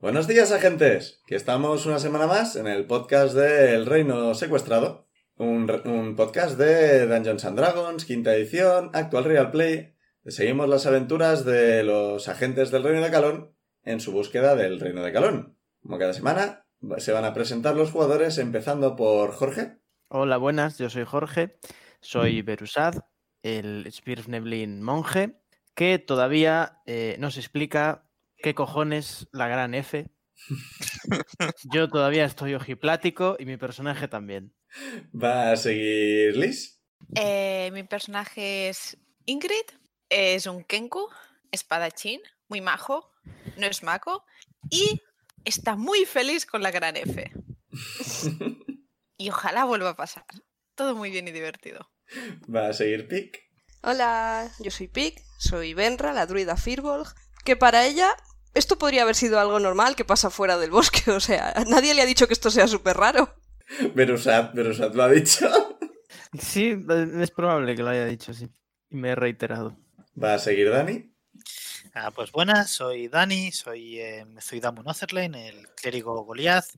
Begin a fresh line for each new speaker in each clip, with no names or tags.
Buenos días, agentes. Que estamos una semana más en el podcast de El Reino Secuestrado. Un, re- un podcast de Dungeons and Dragons, quinta edición, actual Real Play. Seguimos las aventuras de los agentes del Reino de Calón en su búsqueda del Reino de Calón. Como cada semana, se van a presentar los jugadores, empezando por Jorge.
Hola, buenas, yo soy Jorge,
Mm.
soy Berusad, el Spirfneblin monje, que todavía eh, nos explica qué cojones la gran F. Yo todavía estoy ojiplático y mi personaje también.
Va a seguir Liz.
Eh, mi personaje es Ingrid, es un Kenku, espadachín, muy majo, no es maco, y está muy feliz con la gran F. Y ojalá vuelva a pasar. Todo muy bien y divertido.
Va a seguir Pic.
Hola, yo soy Pic, soy Benra, la druida Firbolg, que para ella esto podría haber sido algo normal que pasa fuera del bosque, o sea, nadie le ha dicho que esto sea súper raro.
Berusat, Berusat lo ha dicho.
Sí, eh, es probable que lo haya dicho, sí. Y me he reiterado.
Va a seguir Dani.
Ah, pues buenas, soy Dani, soy, eh, soy Damun Otherlane, el clérigo Goliath.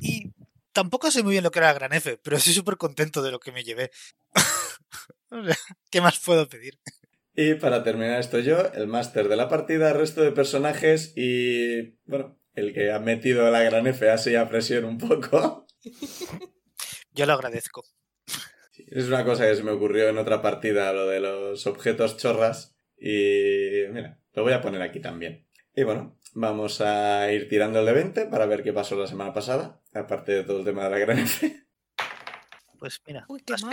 Y tampoco sé muy bien lo que era la gran F, pero estoy súper contento de lo que me llevé. O sea, ¿Qué más puedo pedir?
Y para terminar esto yo, el máster de la partida, resto de personajes y... bueno, el que ha metido la gran F así a presión un poco.
Yo lo agradezco.
Es una cosa que se me ocurrió en otra partida, lo de los objetos chorras. Y mira, lo voy a poner aquí también. Y bueno, vamos a ir tirando el de 20 para ver qué pasó la semana pasada, aparte de todo el tema de la gran F.
Pues mira,
Uy,
las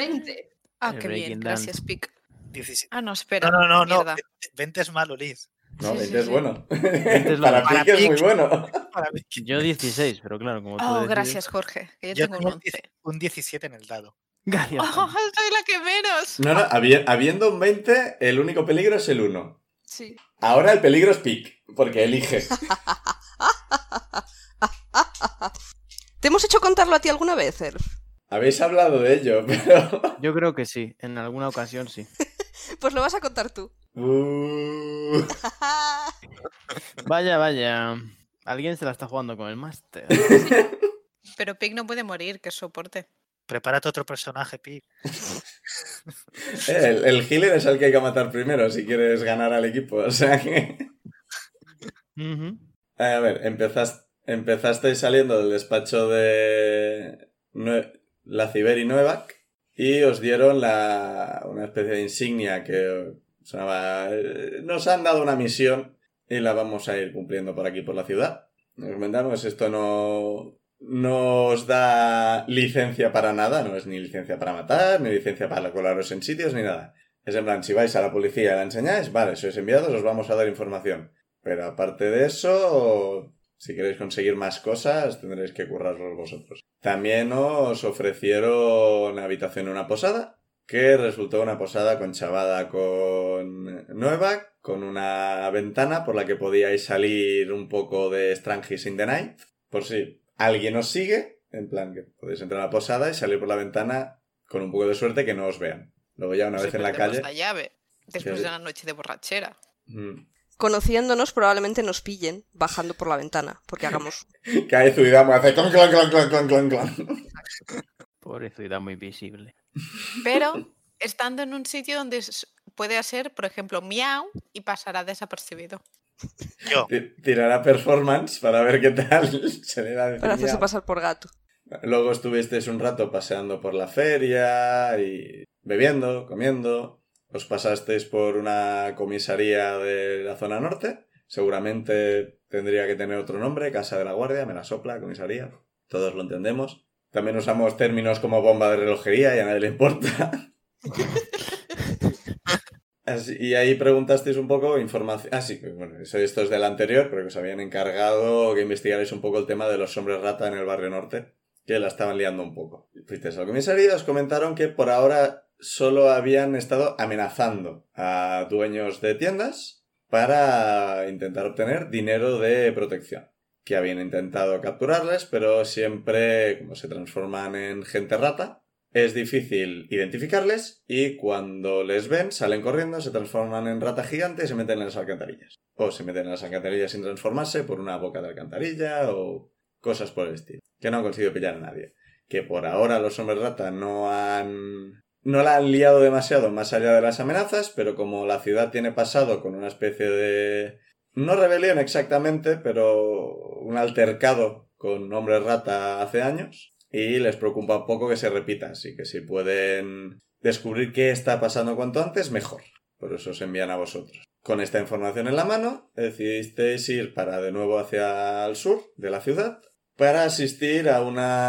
Ah,
El
qué bien,
Breaking
gracias, Pic.
17.
Ah, no, espera.
No, no, no, no,
mierda.
20 es malo, Liz.
No,
Sí,
20
sí,
es
sí.
bueno.
es bueno.
para
Para
Pique es muy
Pic.
bueno.
Para mí, que
Yo 16, pero claro, como tú
Oh,
decides-
gracias, Jorge, que yo,
Yo
tengo un
tengo
11.
un 17 en el dado.
Gracias.
¡Oh,
Juan.
soy la que menos!
No, no, habi- habiendo un 20, el único peligro es el 1.
Sí.
Ahora el peligro es Pic, porque elige.
¿Te hemos hecho contarlo a ti alguna vez, Elf?
Habéis hablado de ello, pero...
Yo creo que sí, en alguna ocasión sí.
Pues lo vas a contar tú.
Uh,
Vaya, vaya. Alguien se la está jugando con el máster.
Pero Pic no puede morir, que soporte.
Prepárate otro personaje, Pi.
el, el healer es el que hay que matar primero si quieres ganar al equipo. O sea que...
Ujú.
Eh, A ver, empezas- empezasteis saliendo del despacho de Nue- la Ciberi Nuevac y os dieron la, una especie de insignia que sonaba... eh, Nos han dado una misión y la vamos a ir cumpliendo por aquí, por la ciudad. Nos comentamos, esto no, no os da licencia para nada, no es ni licencia para matar, ni licencia para colaros en sitios, ni nada. Es en plan, si vais a la policía y la enseñáis, vale, sois enviados, os vamos a dar información. Pero aparte de eso, si queréis conseguir más cosas, tendréis que currarlos vosotros. También os ofrecieron habitación en una posada, que resultó una posada conchavada con nueva, con una ventana por la que podíais salir un poco de Strangis in the Night, por si alguien os sigue, en plan que podéis entrar a la posada y salir por la ventana con un poco de suerte que no os vean. Luego ya una vez en la
Perdemos
calle...
la llave, después
Sí.
de una noche de borrachera.
Mm.
Conociéndonos, probablemente nos pillen bajando por la ventana, porque hagamos.
Cae Zuidamo, hace clon, clon, clon, clon, clon, clon, clon.
Pobre ciudad muy visible.
Pero estando en un sitio donde s- puede hacer, por ejemplo, miau y pasará desapercibido.
Yo,
Ti- Tirará performance para ver qué tal se le da. de
para hacerse
miau.
pasar por gato.
Luego estuvisteis un rato paseando por la feria y bebiendo, comiendo. Os pasasteis por una comisaría de la zona norte. Seguramente tendría que tener otro nombre, Casa de la Guardia, me la sopla, comisaría. Todos lo entendemos. También usamos términos como bomba de relojería y a nadie le importa. Así- y ahí preguntasteis un poco información. Ah, sí, bueno, eso, esto es del anterior, pero que os habían encargado que investigarais un poco el tema de los hombres rata en el barrio norte, que la estaban liando un poco. Fuisteis a la comisaría y os comentaron que por ahora solo habían estado amenazando a dueños de tiendas para intentar obtener dinero de protección. Que habían intentado capturarles, pero siempre, como se transforman en gente rata, es difícil identificarles y cuando les ven salen corriendo, se transforman en rata gigante y se meten en las alcantarillas. O se meten en las alcantarillas sin transformarse por una boca de alcantarilla o cosas por el estilo. Que no han conseguido pillar a nadie. Que por ahora los hombres rata no han... No la han liado demasiado más allá de las amenazas, pero como la ciudad tiene pasado con una especie de... No rebelión exactamente, pero un altercado con hombres rata hace años, y les preocupa un poco que se repita, así que si pueden descubrir qué está pasando cuanto antes, mejor. Por eso os envían a vosotros. Con esta información en la mano, decidisteis ir para de nuevo hacia el sur de la ciudad para asistir a,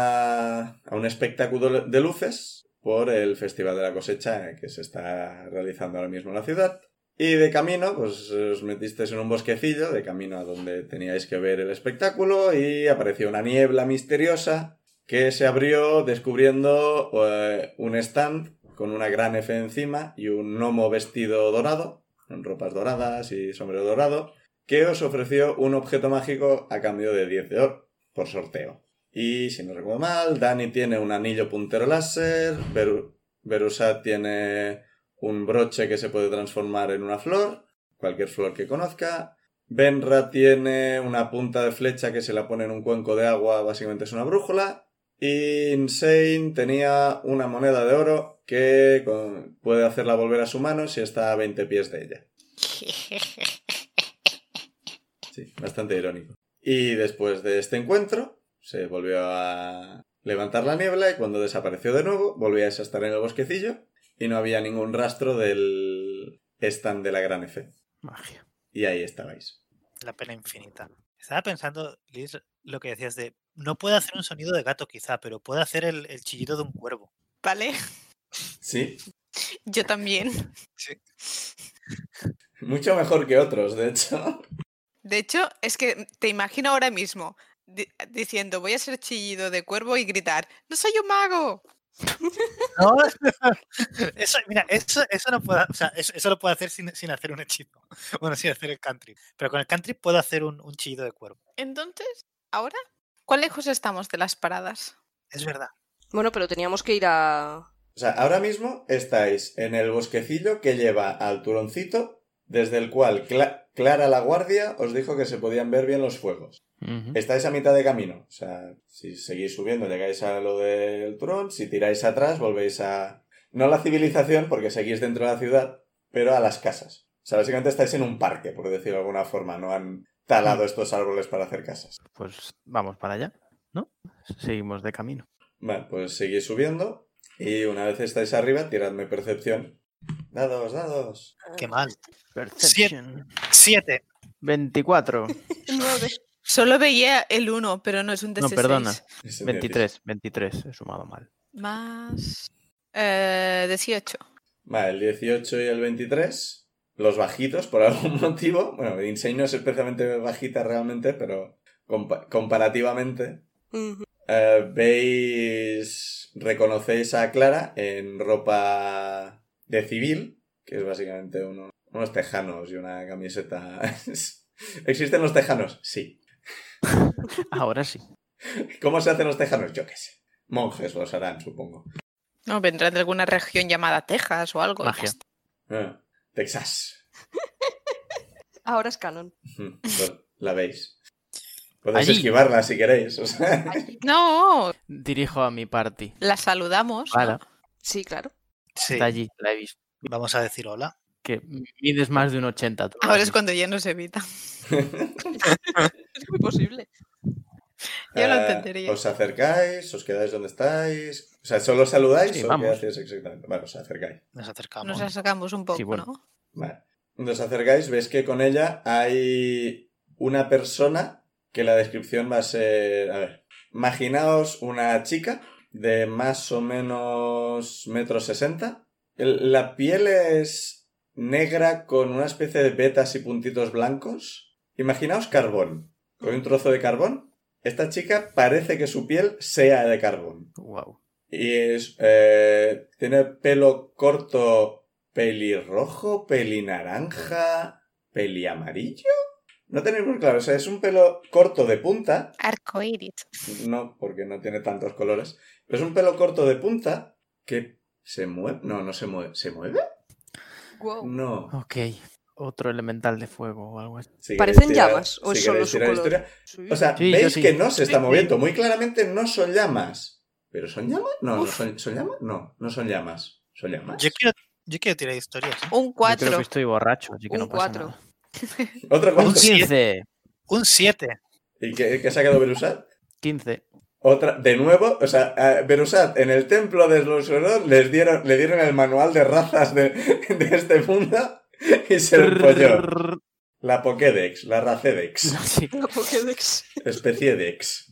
una, a un espectáculo de luces por el Festival de la Cosecha que se está realizando ahora mismo en la ciudad. Y de camino, pues os metisteis en un bosquecillo, de camino a donde teníais que ver el espectáculo, y apareció una niebla misteriosa que se abrió descubriendo eh, un stand con una gran F encima y un gnomo vestido dorado, con ropas doradas y sombrero dorado, que os ofreció un objeto mágico a cambio de 10 de oro por sorteo. Y si no recuerdo mal, Dani tiene un anillo puntero láser, Beru- Berusat tiene un broche que se puede transformar en una flor, cualquier flor que conozca. Benra tiene una punta de flecha que se la pone en un cuenco de agua, básicamente es una brújula. Y Insane tenía una moneda de oro que con- puede hacerla volver a su mano si está a 20 pies de ella. Sí, bastante irónico. Y después de este encuentro, se volvió a levantar la niebla y cuando desapareció de nuevo, volvíais a estar en el bosquecillo y no había ningún rastro del stand de la Gran F.
Magia.
Y ahí estabais.
La pena infinita. Estaba pensando, Liz, lo que decías de. No puede hacer un sonido de gato, quizá, pero puede hacer el, el chillido de un cuervo.
¿Vale?
Sí,
Yo también.
mucho mejor que otros, de hecho.
De hecho, es que te imagino ahora mismo di- diciendo, voy a ser chillido de cuervo y gritar, ¡No soy un mago!
No, eso, mira, eso, eso no puedo, o sea, eso, eso lo puedo hacer sin, sin hacer un hechizo. Bueno, sin hacer el country. Pero con el country puedo hacer un, un chillido de cuervo.
Entonces, ¿ahora? ¿Cuán lejos estamos de las paradas?
Es verdad.
Bueno, pero teníamos que ir a...
O sea, ahora mismo estáis en el bosquecillo que lleva al turoncito, desde el cual Cla- Clara la guardia os dijo que se podían ver bien los fuegos. Estáis a mitad de camino. O sea, si seguís subiendo llegáis a lo del turón, si tiráis atrás volvéis a... No a la civilización, porque seguís dentro de la ciudad, pero a las casas. O sea, básicamente estáis en un parque, por decirlo de alguna forma. No han talado estos árboles para hacer casas.
Pues vamos para allá, ¿no? Seguimos de camino.
Vale, pues seguís subiendo y una vez estáis arriba, tiradme percepción. Dados, dados.
Qué mal.
Perception.
Siete.
24.
Solo veía el 1, pero no es un
No,
D6.
perdona.
Es el
23. 23. He sumado mal.
Más... eh, 18.
Vale, el 18 y el 23. Los bajitos, por algún motivo. Bueno, Insane no es especialmente bajita realmente, pero compa- comparativamente.
Ujú.
eh, veis, reconocéis a Clara en ropa de civil, que es básicamente uno- unos tejanos y una camiseta. ¿Existen los tejanos? Sí.
Ahora sí.
¿Cómo se hacen los tejanos? Yo qué sé. Monjes los harán, supongo.
No, vendrá de alguna región llamada Texas o algo. y ya
Magia.
está.
Ah, Texas.
Ahora es canon.
Mm, pues, la veis. Podéis
Allí.
esquivarla si queréis. o sea.
No,
Dirijo a mi party.
la saludamos. ¿no?
Vale,
Sí, claro.
Sí.
está allí, la he visto.
Vamos a decir hola.
Que mides más de un 80. tú.
Ahora es cuando ya nos evita.
Es muy posible.
Yo lo
Eh,
entendería.
Os acercáis, os quedáis donde estáis. O sea, solo saludáis
Sí,
o
vamos.
qué hacéis exactamente. Bueno, os acercáis.
Nos acercamos.
Nos acercamos un poco,
bueno.
¿no?
Vale. Cuando os acercáis, veis que con ella hay una persona que la descripción va a ser. A ver. Imaginaos una chica de más o menos metro sesenta. El- La piel es negra con una especie de vetas y puntitos blancos. Imaginaos carbón. Con un trozo de carbón. Esta chica parece que su piel sea de carbón.
Wow.
Y es, eh, tiene pelo corto, pelirrojo, pelinaranja, peliamarillo. No tenéis muy claro, o sea, es un pelo corto de punta,
Arcoiris.
no, porque no tiene tantos colores, pero es un pelo corto de punta que se mueve, no, no se mueve, ¿se mueve?
Oh.
Wow.
No.
Ok. Otro elemental de fuego o algo así.
Si
¿Parecen
queréis tirar-
llamas o
si
es solo
queréis
su
tirar
color?
historia. O sea,
Sí, yo
veis
sí.
que no se está
Sí, sí.
moviendo. Muy claramente no son llamas. ¿Pero son llamas? No, no
Uf.
son, ¿son llamas. No, no son llamas. ¿Son llamas?
Yo quiero, yo quiero tirar historias. ¿eh?
Un
Yo creo
4.
que estoy borracho, así que
Un
no pasa
cuatro.
nada.
Otro
Un
cuento.
Sí.
15.
Un 7.
¿Y qué, qué ha sacado Berusat?
15.
Otra, de nuevo, o sea, a Berusat, en el templo de Slusorón les dieron, le dieron el manual de razas de, de este mundo y se lo empolló. La Pokédex, la Racedex,
Sí.
La Pokédex.
Especiedex.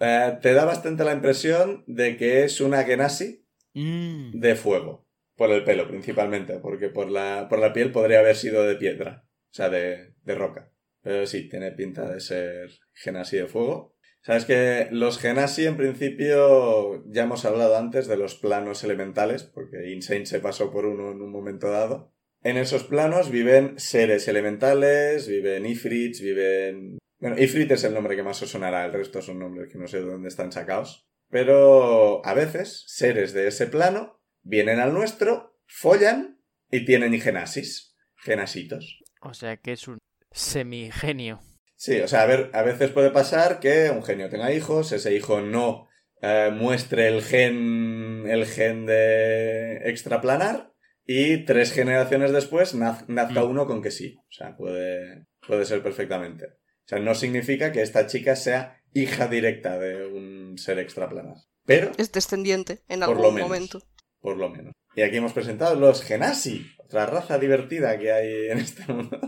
Eh, te da bastante la impresión de que es una Genasi,
Mm,
de fuego. Por el pelo, principalmente, porque por la, por la piel podría haber sido de piedra, o sea, de, de roca. Pero sí, tiene pinta de ser genasi de fuego. Sabes que los genasi, en principio, ya hemos hablado antes de los planos elementales, porque Insane se pasó por uno en un momento dado. En esos planos viven seres elementales, viven ifrits, viven... Bueno, ifrit es el nombre que más os sonará, el resto son nombres que no sé de dónde están sacados. Pero a veces seres de ese plano vienen al nuestro, follan y tienen genasis, genasitos.
O sea que es un semigenio.
Sí, o sea, a, ver, a veces puede pasar que un genio tenga hijos, ese hijo no eh, muestre el gen, el gen de extraplanar y tres generaciones después naz- nazca
Mm.
uno con que sí. O sea, puede, puede ser perfectamente. O sea, no significa que esta chica sea hija directa de un ser extraplanar. Pero
Es descendiente en
Por
algún
lo menos.
momento.
por lo menos. Y aquí hemos presentado los Genasi, otra raza divertida que hay en este mundo.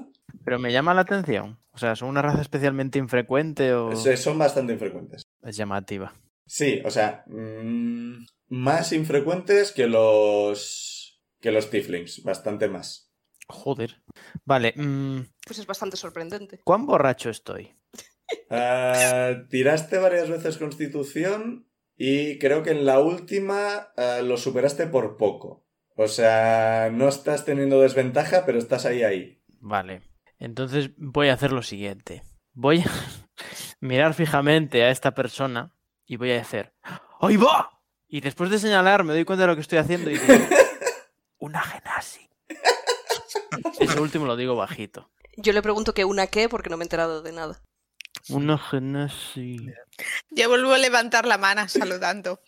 Pero me llama la atención. O sea, ¿son una raza especialmente infrecuente o
Se- Son bastante infrecuentes.
es llamativa?
Sí, o sea, mm, más infrecuentes que los que los tieflings, bastante más.
Joder. Vale. mm,
Pues es bastante sorprendente.
¿Cuán borracho estoy?
Ah, tiraste varias veces Constitución y creo que en la última ah, lo superaste por poco. O sea, no estás teniendo desventaja, pero estás ahí ahí.
Vale. Entonces voy a hacer lo siguiente. Voy a mirar fijamente a esta persona y voy a hacer ¡Ahí va! Y después de señalar me doy cuenta de lo que estoy haciendo y digo ¡Una genasi! Eso último lo digo bajito.
Yo le pregunto que una qué porque no me he enterado de nada.
Una genasi.
Yo vuelvo a levantar la mano saludando,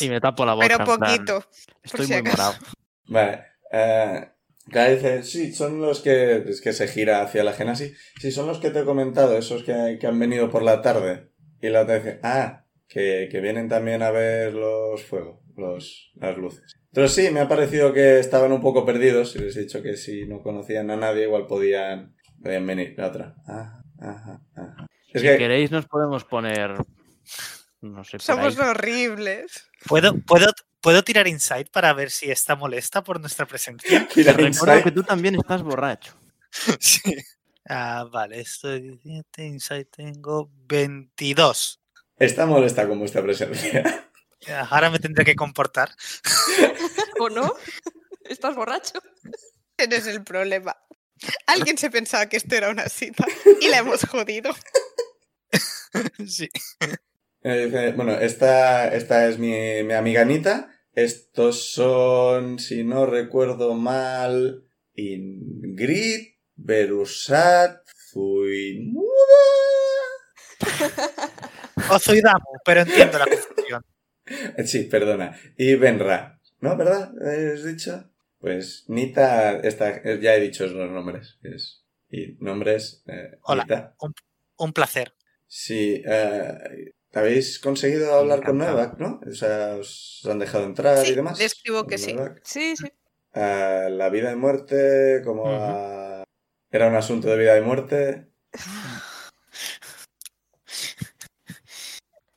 Y me tapo la boca.
pero
en plan,
poquito.
Estoy
si
muy
acaso.
morado.
Vale. eh, claro, dice, sí, son los que... Es que se gira hacia la genasi. Sí, son los que te he comentado, esos que, que han venido por la tarde. Y la otra dice, ah, que, que vienen también a ver los fuegos, los, las luces. Pero sí, me ha parecido que estaban un poco perdidos y les he dicho que si no conocían a nadie igual podían, podían venir. La otra, ah, ajá, ajá. Es
si
que-
queréis nos podemos poner... No sé, por
Somos
ahí.
horribles.
¿Puedo, puedo, ¿Puedo tirar insight para ver si está molesta por nuestra presencia?
Tira
Te recuerdo
insight.
que tú también estás borracho.
Sí. Ah, vale, esto es 17, insight tengo 22.
Está molesta con vuestra presencia.
Ah, Ahora me tendré que comportar.
¿O no? ¿Estás borracho?
Ese no es el problema. Alguien se pensaba que esto era una cita y la hemos jodido.
Sí.
Eh, dice, bueno, esta, esta es mi, mi amiga Anita. Estos son, si no recuerdo mal, Ingrid, Berusat, Zuimuda.
O soy Damu, pero entiendo la confusión.
Eh, Sí, perdona. Y Benra. ¿No, verdad? Eh, ¿Has dicho? Pues Nita, esta, eh, ya he dicho los nombres. Es, y nombres, eh,
Hola.
Nita.
Un placer.
Sí, eh, habéis conseguido hablar con
Encantado.
Novak, ¿no? O sea, os han dejado entrar
Sí,
y demás.
le escribo que
Con
sí.
Novak.
Sí, sí.
a Eh, la vida y muerte, como a- era un asunto de vida y muerte.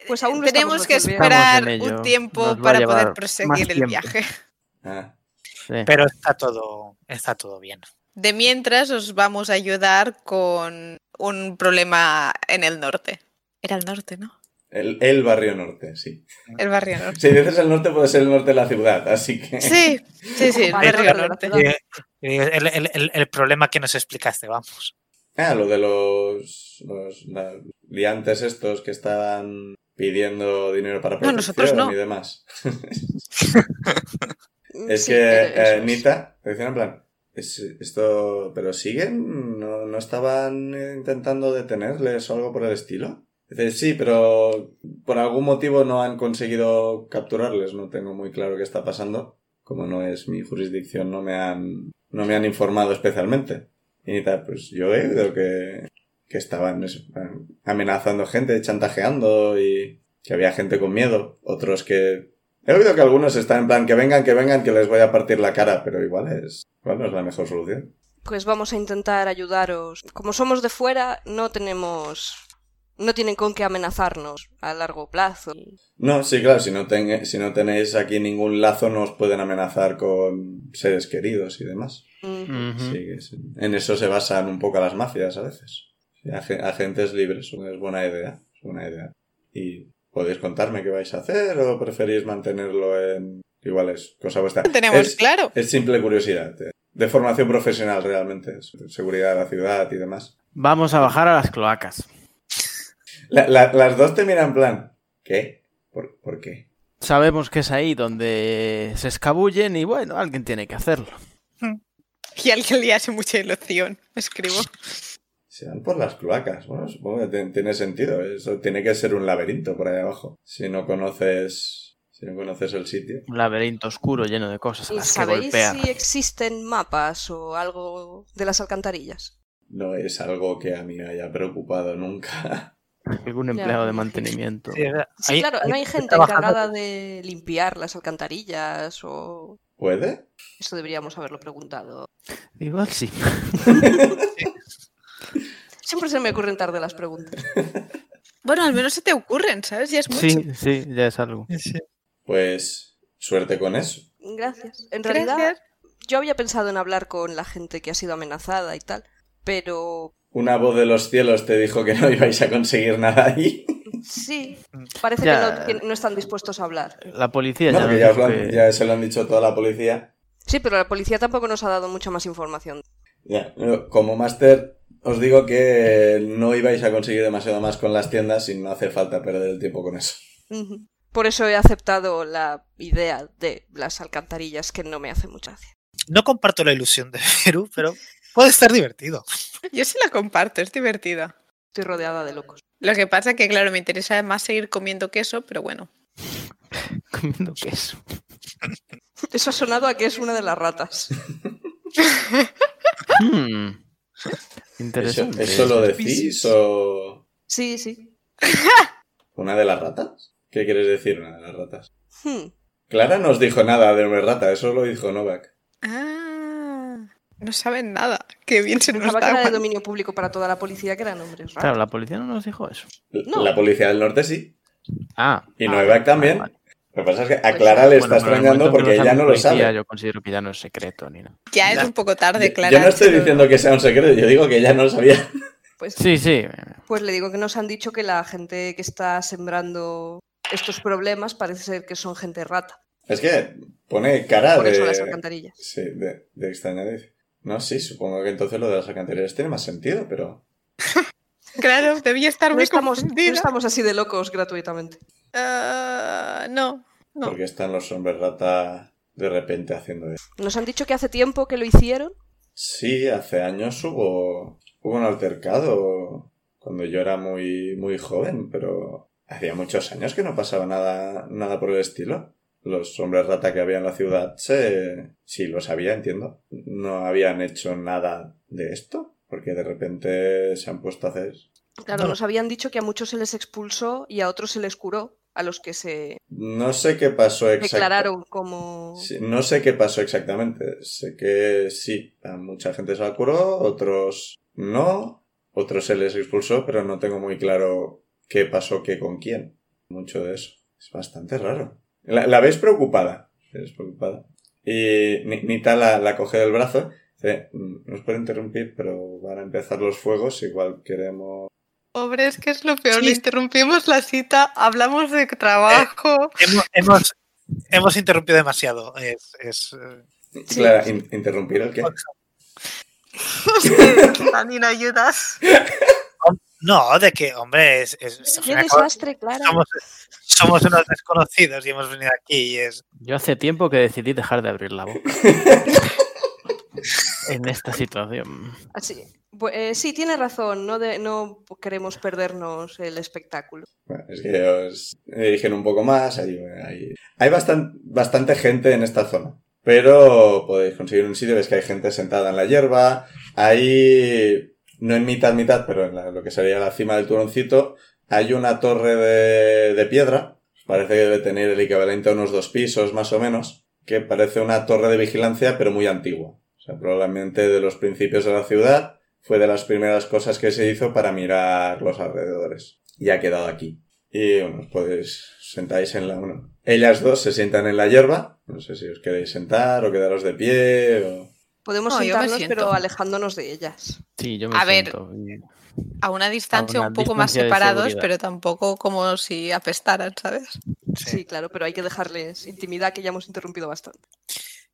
Pues aún lo
Tenemos
estamos
que
resolviendo.
Estamos
esperar
en ello.
un
Nos
tiempo
va a
para
llevar
poder
más
proseguir el
tiempo.
viaje.
Ah,
Sí.
Pero está todo, está todo bien.
De mientras os vamos a ayudar con un problema en el norte. Era el norte, ¿no?
El, el barrio norte, sí.
El barrio norte.
Si dices el norte, puede ser el norte de la ciudad, así que.
Sí, sí, sí, el
Vale,
barrio
claro,
norte.
Eh, eh, El, el- el- el problema que nos explicaste, vamos.
Ah, lo de los, los la- liantes estos que estaban pidiendo dinero para
No,
protección
nosotros no.
y demás.
Mm,
Es
sí,
que
pero eso
eh,
es.
Nita, te decían en plan, "Es- esto, pero siguen, ¿No, no estaban intentando detenerles o algo por el estilo. Dice, sí, pero por algún motivo no han conseguido capturarles, no tengo muy claro qué está pasando. Como no es mi jurisdicción, no me han, no me han informado especialmente. Y Nita, pues yo he oído que, que estaban eso, amenazando gente, chantajeando y que había gente con miedo, otros que He oído que algunos están en plan que vengan, que vengan, que les voy a partir la cara, pero igual es, igual no es la mejor solución.
Pues vamos a intentar ayudaros. Como somos de fuera, no tenemos. No tienen con qué amenazarnos a largo plazo.
No, sí, claro, si no, ten- si no tenéis aquí ningún lazo, no os pueden amenazar con seres queridos y demás.
Mm.
Ujú.
Sí, que sí. En eso se basan un poco las mafias a veces. Sí, ag- agentes libres, es buena idea, es buena idea. Y podéis contarme qué vais a hacer o preferís mantenerlo en... Igual es cosa vuestra.
Lo Tenemos
Es-
claro.
Es simple curiosidad. De, de formación profesional realmente. es Seguridad de la ciudad y demás.
Vamos a bajar a las cloacas.
La- la- las dos te miran en plan. ¿Qué? ¿Por, por qué?
Sabemos que es ahí donde se escabullen y bueno, alguien tiene que hacerlo.
Y alguien le hace mucha ilusión. Escribo.
Se van por las cloacas. Bueno, supongo que te- tiene sentido. Eso tiene que ser un laberinto por ahí abajo. Si no conoces. Si no conoces el sitio.
Un laberinto oscuro lleno de cosas a
¿Y
las que
sabéis
golpear.
si existen mapas o algo de las alcantarillas?
No es algo que a mí me haya preocupado nunca.
Algún
Ya,
empleado de
imagino.
mantenimiento.
Sí,
Sí,
ahí-
claro,
ahí
no hay
estoy
gente
trabajando.
encargada de limpiar las alcantarillas o.
¿Puede?
Esto deberíamos haberlo preguntado.
Igual sí.
Siempre se me ocurren tarde las preguntas.
Bueno, al menos se te ocurren, ¿sabes? Ya es mucho.
Sí, sí, ya es algo.
Sí, sí.
Pues. Suerte con eso.
Gracias. En realidad,
Gracias.
yo había pensado en hablar con la gente que ha sido amenazada y tal, pero
Una voz de los cielos te dijo que no ibais a conseguir nada ahí.
sí, parece que
Ya.
no, que no están dispuestos a hablar.
La policía ya
No,
nos
que ya, os
dijo
lo han-
que-
ya se lo han dicho toda la policía.
Sí, pero la policía tampoco nos ha dado mucha más información.
Ya, pero como máster os digo que no ibais a conseguir demasiado más con las tiendas y no hace falta perder el tiempo con eso.
Ujú. Por eso he aceptado la idea de las alcantarillas, que no me hace mucha gracia.
No comparto la ilusión de Perú, pero puede estar divertido.
Yo sí la comparto, es divertida.
Estoy rodeada de locos.
Lo que pasa que, claro, me interesa más seguir comiendo queso, pero bueno.
comiendo queso.
Eso ha sonado a que es una de las ratas.
Hmm.
¿Eso,
Interesante.
eso lo decís o
Sí, sí.
una de las ratas? ¿Qué quieres decir una de las ratas?
Hmm.
Clara no os dijo nada de una rata, eso lo dijo Novak.
Ah, no saben nada. Qué bien se nos
Pensaba que era de
da.
dominio público para toda la policía, que eran hombres raros.
Claro, la policía no nos dijo eso.
L-
No.
La policía del norte sí.
Ah.
Y
ah,
Novak también.
vale.
Lo
Pues
que pasa es que a Clara le está
Bueno, pero en el
extrañando
momento que
porque ella
sabe
no
un
lo
policía,
sabe.
Yo considero que ya no es secreto ni nada.
Ya es
Ya.
un poco tarde,
Yo-
Clara.
yo no estoy
pero-
diciendo que sea un secreto, yo digo que ella no lo sabía.
Pues,
Sí, sí.
pues le digo que nos han dicho que la gente que está sembrando estos problemas parece ser que son gente rata.
Es que pone cara
Por
de...
eso las alcantarillas.
Sí, de, de extrañadez. No, sí, supongo que entonces lo de las alcantarillas tiene más sentido, pero.
Claro, debía estar
No
muy
estamos, no
confundida.
estamos así de locos gratuitamente.
Ah, no. No.
Porque están los hombres rata de repente haciendo eso.
Nos han dicho que hace tiempo que lo hicieron.
Sí, hace años hubo. hubo un altercado cuando yo era muy, muy joven, pero. Hacía muchos años que no pasaba nada, nada por el estilo. Los hombres rata que había en la ciudad se. sí, lo sabía, entiendo. No habían hecho nada de esto. Porque de repente se han puesto a hacer.
Claro,
No.
nos habían dicho que a muchos se les expulsó y a otros se les curó, a los que se
No sé qué pasó exactamente.
declararon como...
Sí, no sé qué pasó exactamente. Sé que sí, a mucha gente se la curó, otros no, otros se les expulsó, pero no tengo muy claro qué pasó qué con quién. Mucho de eso. Es bastante raro. La, la ves preocupada. Es preocupada. Y Ni- Nita la, la coge del brazo. Dice, "Mm, nos puede interrumpir, pero van a empezar los fuegos. Igual queremos...
Pobre, es que es lo peor.
Sí.
Le interrumpimos la cita, hablamos de trabajo.
Hemos, hemos, hemos interrumpido demasiado. Es, es, eh,
Clara, in- ¿interrumpir el qué?
Dani, ¿no ayudas?
no, de que, hombre, es, es- se
¡Qué
fue a acabar.
desastre, Clara!
somos, somos unos desconocidos y hemos venido aquí y es...
Yo hace tiempo que decidí dejar de abrir la boca. en esta situación.
Así. Bu- eh, sí, tiene razón. No, de- no queremos perdernos el espectáculo.
Bueno, es que os dirigen un poco más. Hay, hay, hay bastan- bastante gente en esta zona. Pero podéis conseguir un sitio. Ves que hay gente sentada en la hierba. Hay, no en mitad, mitad, pero en la- lo que sería la cima del turoncito, hay una torre de, de piedra. Parece que debe tener el equivalente a unos dos pisos, más o menos. Que parece una torre de vigilancia, pero muy antigua. O sea, probablemente de los principios de la ciudad. Fue de las primeras cosas que se hizo para mirar los alrededores. Y ha quedado aquí. Y bueno, os podéis sentáis en la uno. Ellas dos se sientan en la hierba. No sé si os queréis sentar o quedaros de pie o...
Podemos
No, yo me
sentarnos,
siento.
pero alejándonos de ellas.
Sí, yo me
A ver.
siento y-
A una distancia
una
un poco más
distancia de
separados,
seguridad.
pero tampoco como si apestaran, ¿sabes?
sí.
Sí. claro, pero hay que dejarles intimidad que ya hemos interrumpido bastante.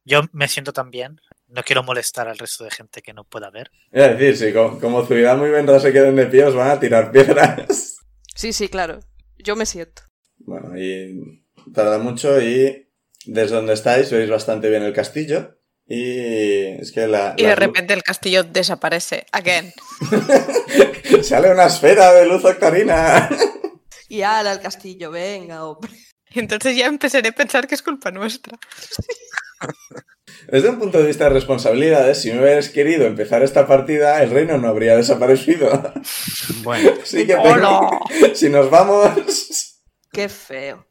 Yo me siento tan bien. No quiero molestar al resto de gente que no pueda ver.
Es decir, si co- como, Zuidamo y Benra se queden de pie, os van a tirar piedras.
Sí, sí, claro. Yo me siento.
Bueno, y tarda mucho y desde donde estáis veis bastante bien el castillo. Y es que la...
Y
la
de
lu-
repente el castillo desaparece. Again.
Sale una esfera de luz octarina.
Y ala al castillo, venga, hombre.
Y entonces ya empezaré a pensar que es culpa nuestra.
Desde un punto de vista de responsabilidades, si no hubieras querido empezar esta partida, el reino no habría desaparecido.
Bueno,
Así que
¡Hola!
tengo- si nos vamos...
Qué feo.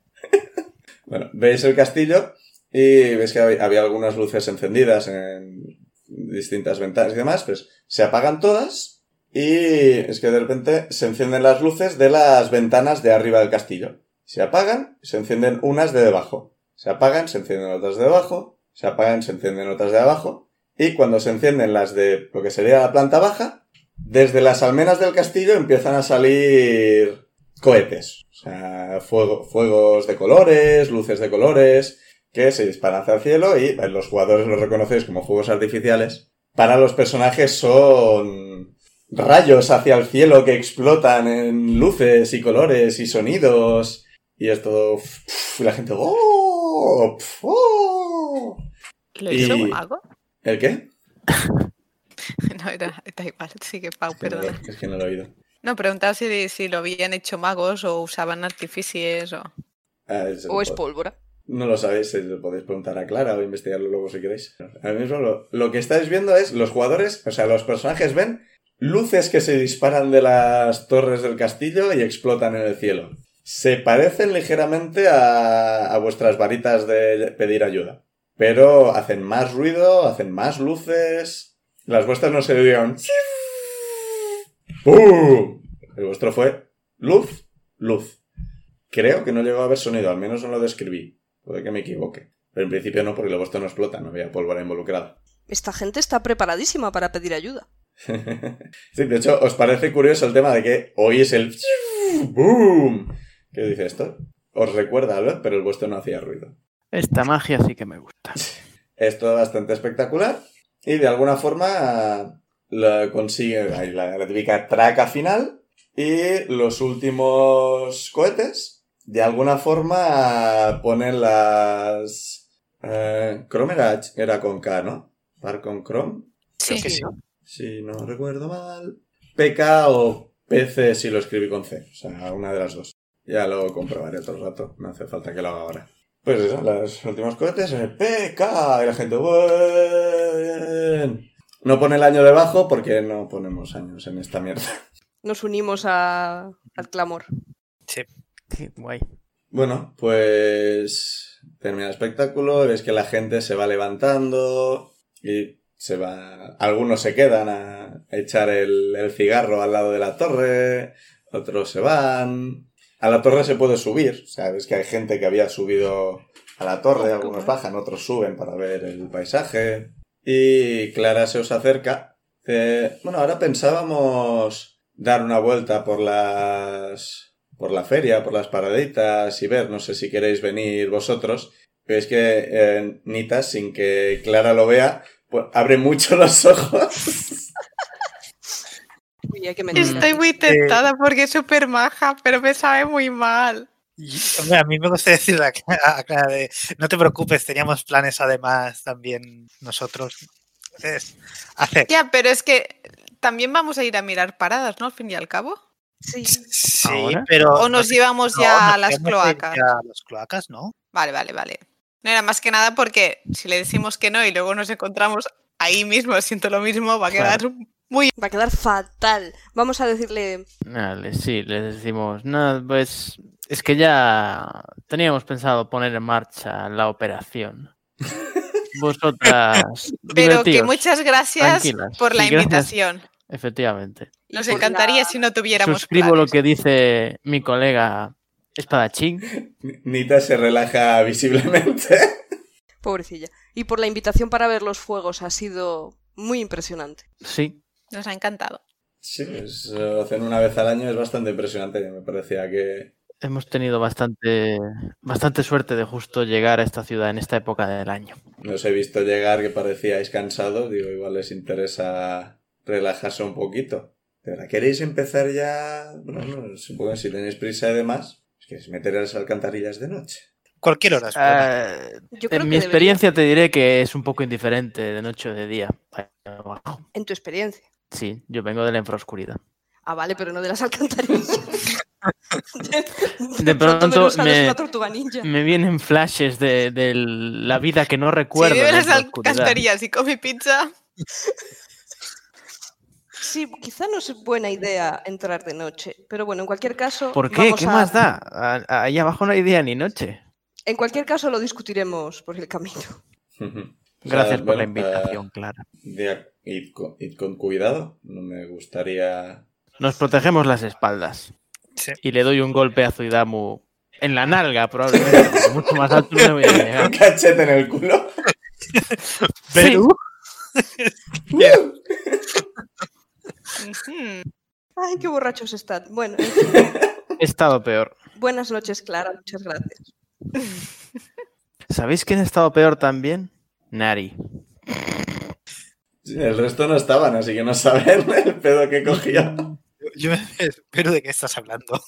Bueno, veis el castillo y veis que hab- había algunas luces encendidas en distintas ventanas y demás, pues se apagan todas y es que de repente se encienden las luces de las ventanas de arriba del castillo. Se apagan, se encienden unas de debajo. Se apagan, se encienden otras de debajo. Se apagan, se encienden otras de abajo. Y cuando se encienden las de lo que sería la planta baja, desde las almenas del castillo empiezan a salir cohetes. O sea, fuego, fuegos de colores, luces de colores, que se disparan hacia el cielo y eh, los jugadores los reconocéis como fuegos artificiales. Para los personajes son rayos hacia el cielo que explotan en luces y colores y sonidos. Y es todo... pf, y la gente... ¡Oh! pf, ¡Oh!
¿Lo hizo
Y-
algo?
¿El qué?
No, era, da igual, sigue Pau,
Es que no lo-
perdona.
es que no lo he oído.
No, preguntaba si, si lo habían hecho magos o usaban artificies o...
Ah, es el
O es
pod-
pólvora.
No lo sabéis, se lo podéis preguntar a Clara o investigarlo luego si queréis. Ahora mismo lo, lo que estáis viendo es los jugadores, o sea, los personajes ven luces que se disparan de las torres del castillo y explotan en el cielo. Se parecen ligeramente a, a vuestras varitas de pedir ayuda, pero hacen más ruido, hacen más luces. Las vuestras no se oían. ¡Pum! El vuestro fue luz, luz. Creo que no llegó a haber sonido, al menos no lo describí. Puede que me equivoque. Pero en principio no, porque lo vuestro no explota, no había pólvora involucrada.
Esta gente está preparadísima para pedir ayuda.
sí, de hecho, ¿os parece curioso el tema de que oís el boom? ¿Qué dice esto? Os recuerda algo, pero el vuestro no hacía ruido.
esta magia sí que me gusta.
Esto es bastante espectacular y de alguna forma lo consigue ahí la, la típica traca final y los últimos cohetes de alguna forma ponen las... eh, Chrome era, era con K, ¿no? Par con Chrome.
Creo que sí.
Si no recuerdo mal. PK o PC si lo escribí con C. O sea, una de las dos. Ya lo comprobaré otro rato. No hace falta que lo haga ahora. Pues eso, los últimos cohetes. eh, PK. Y la gente. "Buen". No pone el año debajo porque no ponemos años en esta mierda.
Nos unimos a- al clamor.
Sí, guay.
Bueno, pues termina el espectáculo, ves que la gente se va levantando y se va... Algunos se quedan a echar el, el cigarro al lado de la torre, otros se van... A la torre se puede subir, sabes que hay gente que había subido a la torre, algunos bajan, otros suben para ver el paisaje. Y Clara se os acerca. Dice, bueno, ahora pensábamos dar una vuelta por las. por la feria, por las paraditas y ver, no sé si queréis venir vosotros. Pero es que eh, Nita, sin que Clara lo vea, pues abre mucho los ojos.
Uy, hay que mentir.
Estoy
Eh,
muy tentada porque es súper maja, pero me sabe muy mal.
Y, hombre, a mí me gusta decir a Cla- a Clara de, no te preocupes, teníamos planes además también nosotros. Entonces, hace.
Ya, pero es que también vamos a ir a mirar paradas, ¿no? Al fin y al cabo.
Sí.
Sí,
¿Ahora?
pero.
O nos llevamos
no,
ya
nos
a las
podemos ir
cloacas.
ya a las cloacas, ¿no?
Vale, vale, vale. No era más que nada porque si le decimos que no y luego nos encontramos ahí mismo, siento lo mismo, va a quedar
Claro.
un-
Va a quedar fatal. Vamos a decirle.
Vale, sí, les decimos, no, pues es que ya teníamos pensado poner en marcha la operación. Vosotras,
Pero que
divertíos,
muchas gracias
tranquilas.
por la
Sí, gracias.
invitación.
efectivamente.
y
Nos
por la-
encantaría si no tuviéramos
Suscribo lo
planes.
que dice mi colega Espadachín.
Nita se relaja visiblemente.
Pobrecilla. Y por la invitación para ver los fuegos ha sido muy impresionante.
Sí,
Nos ha encantado.
Sí, pues lo hacen una vez al año, es bastante impresionante. Me parecía que.
hemos tenido bastante, bastante suerte de justo llegar a esta ciudad en esta época del año.
No os he visto llegar que parecíais cansados. Digo, igual les interesa relajarse un poquito. ¿De verdad queréis empezar ya? Bueno, no, supongo que si tenéis prisa y demás, os queréis meter a las alcantarillas de noche.
Cualquier hora. es buena.
Ah,
Eh, Yo creo que
en mi
debería-
experiencia te diré que es un poco indiferente de noche o de día. Abajo.
En tu experiencia.
Sí, yo vengo de la infraoscuridad.
Ah, vale, pero no de las alcantarillas.
De pronto
Medusa no es
me-
una tortuga ninja.
Me vienen flashes de, de la vida que no recuerdo.
si
en
vive las
esta oscuridad.
alcantarillas y come pizza,
Sí, quizá no es buena idea entrar de noche, pero bueno, en cualquier caso.
¿Por qué?
vamos
¿Qué
a-
más da? A- a- Ahí abajo no hay día ni noche.
En cualquier caso lo discutiremos por el camino.
Gracias por
bueno,
la invitación, Clara.
eh, de- id, con, id con cuidado. No me gustaría.
Nos protegemos las espaldas.
Sí.
Y le doy un golpe a Zuidamu en la nalga, probablemente. porque Mucho más alto no voy a llegar.
Un cachete en el culo.
Pero-
ujú,
Ay, qué borrachos están. Bueno, en fin,
He estado peor.
buenas noches, Clara, muchas gracias.
¿Sabéis quién ha estado peor también? Nari.
Sí, El resto no estaban, así que no saben el pedo que cogía.
Yo me espero de qué estás hablando.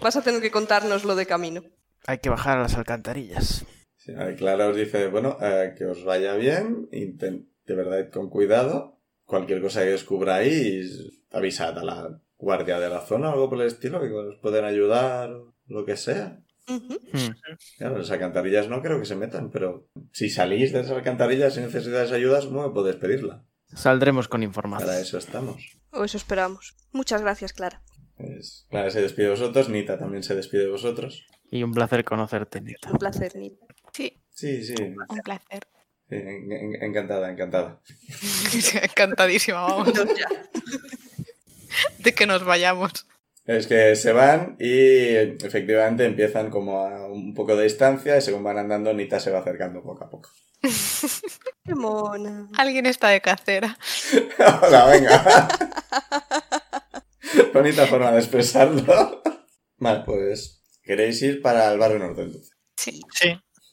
Vas a tener que contarnos lo de camino.
Hay que bajar a las alcantarillas.
Sí, a ver, Clara os dice, bueno, eh, que os vaya bien, inten- de verdad id con cuidado, cualquier cosa que descubráis, avisad a la guardia de la zona o algo por el estilo, que os pueden ayudar, lo que sea.
Ujú.
Hmm.
Claro, las alcantarillas no creo que se metan, pero si salís de esas alcantarillas y necesitáis ayuda, no podéis pedirla.
Saldremos con información.
Para eso estamos.
O eso esperamos. Muchas gracias, Clara.
Pues, Clara se despide de vosotros, Nita también se despide de vosotros.
Y un placer conocerte, Nita.
Un placer, Nita.
Sí,
Sí, sí, sí,
un placer.
en- en- encantada, encantada.
Encantadísima, vamos,
No, ya.
de que nos vayamos.
Es que se van y efectivamente empiezan como a un poco de distancia y según van andando Nita se va acercando poco a poco.
Qué mona.
Alguien está de cacera.
Hola, venga. Bonita forma de expresarlo. Vale, pues queréis ir para el barrio norte entonces.
Sí,
Sí.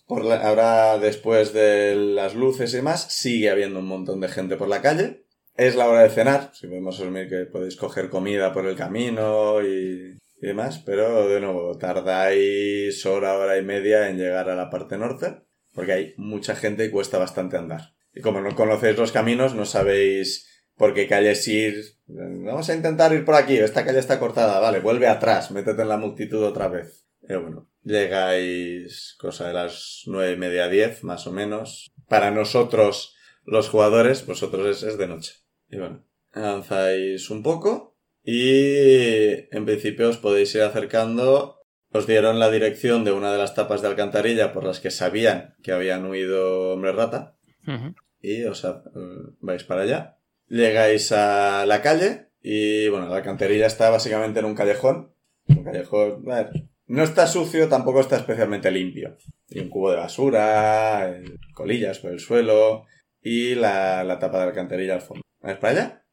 Por la- ahora después de las luces y demás sigue habiendo un montón de gente por la calle. Es la hora de cenar, si podemos asumir que podéis coger comida por el camino y, y demás, pero de nuevo tardáis hora, hora y media en llegar a la parte norte, porque hay mucha gente y cuesta bastante andar. Y como no conocéis los caminos, no sabéis por qué calles ir. Vamos a intentar ir por aquí, esta calle está cortada, vale, vuelve atrás, métete en la multitud otra vez. Pero bueno, llegáis cosa de las nueve y media, diez, más o menos. Para nosotros, los jugadores, vosotros es, es de noche. Y bueno, avanzáis un poco y en principio os podéis ir acercando. Os dieron la dirección de una de las tapas de alcantarilla por las que sabían que habían huido hombre rata
Ujú.
y os ha- eh, vais para allá. Llegáis a la calle y bueno, la alcantarilla está básicamente en un callejón. Un callejón, a ver, No está sucio, tampoco está especialmente limpio. Hay un cubo de basura, eh, colillas por el suelo y la, la tapa de alcantarilla al fondo. ¿Ves para allá?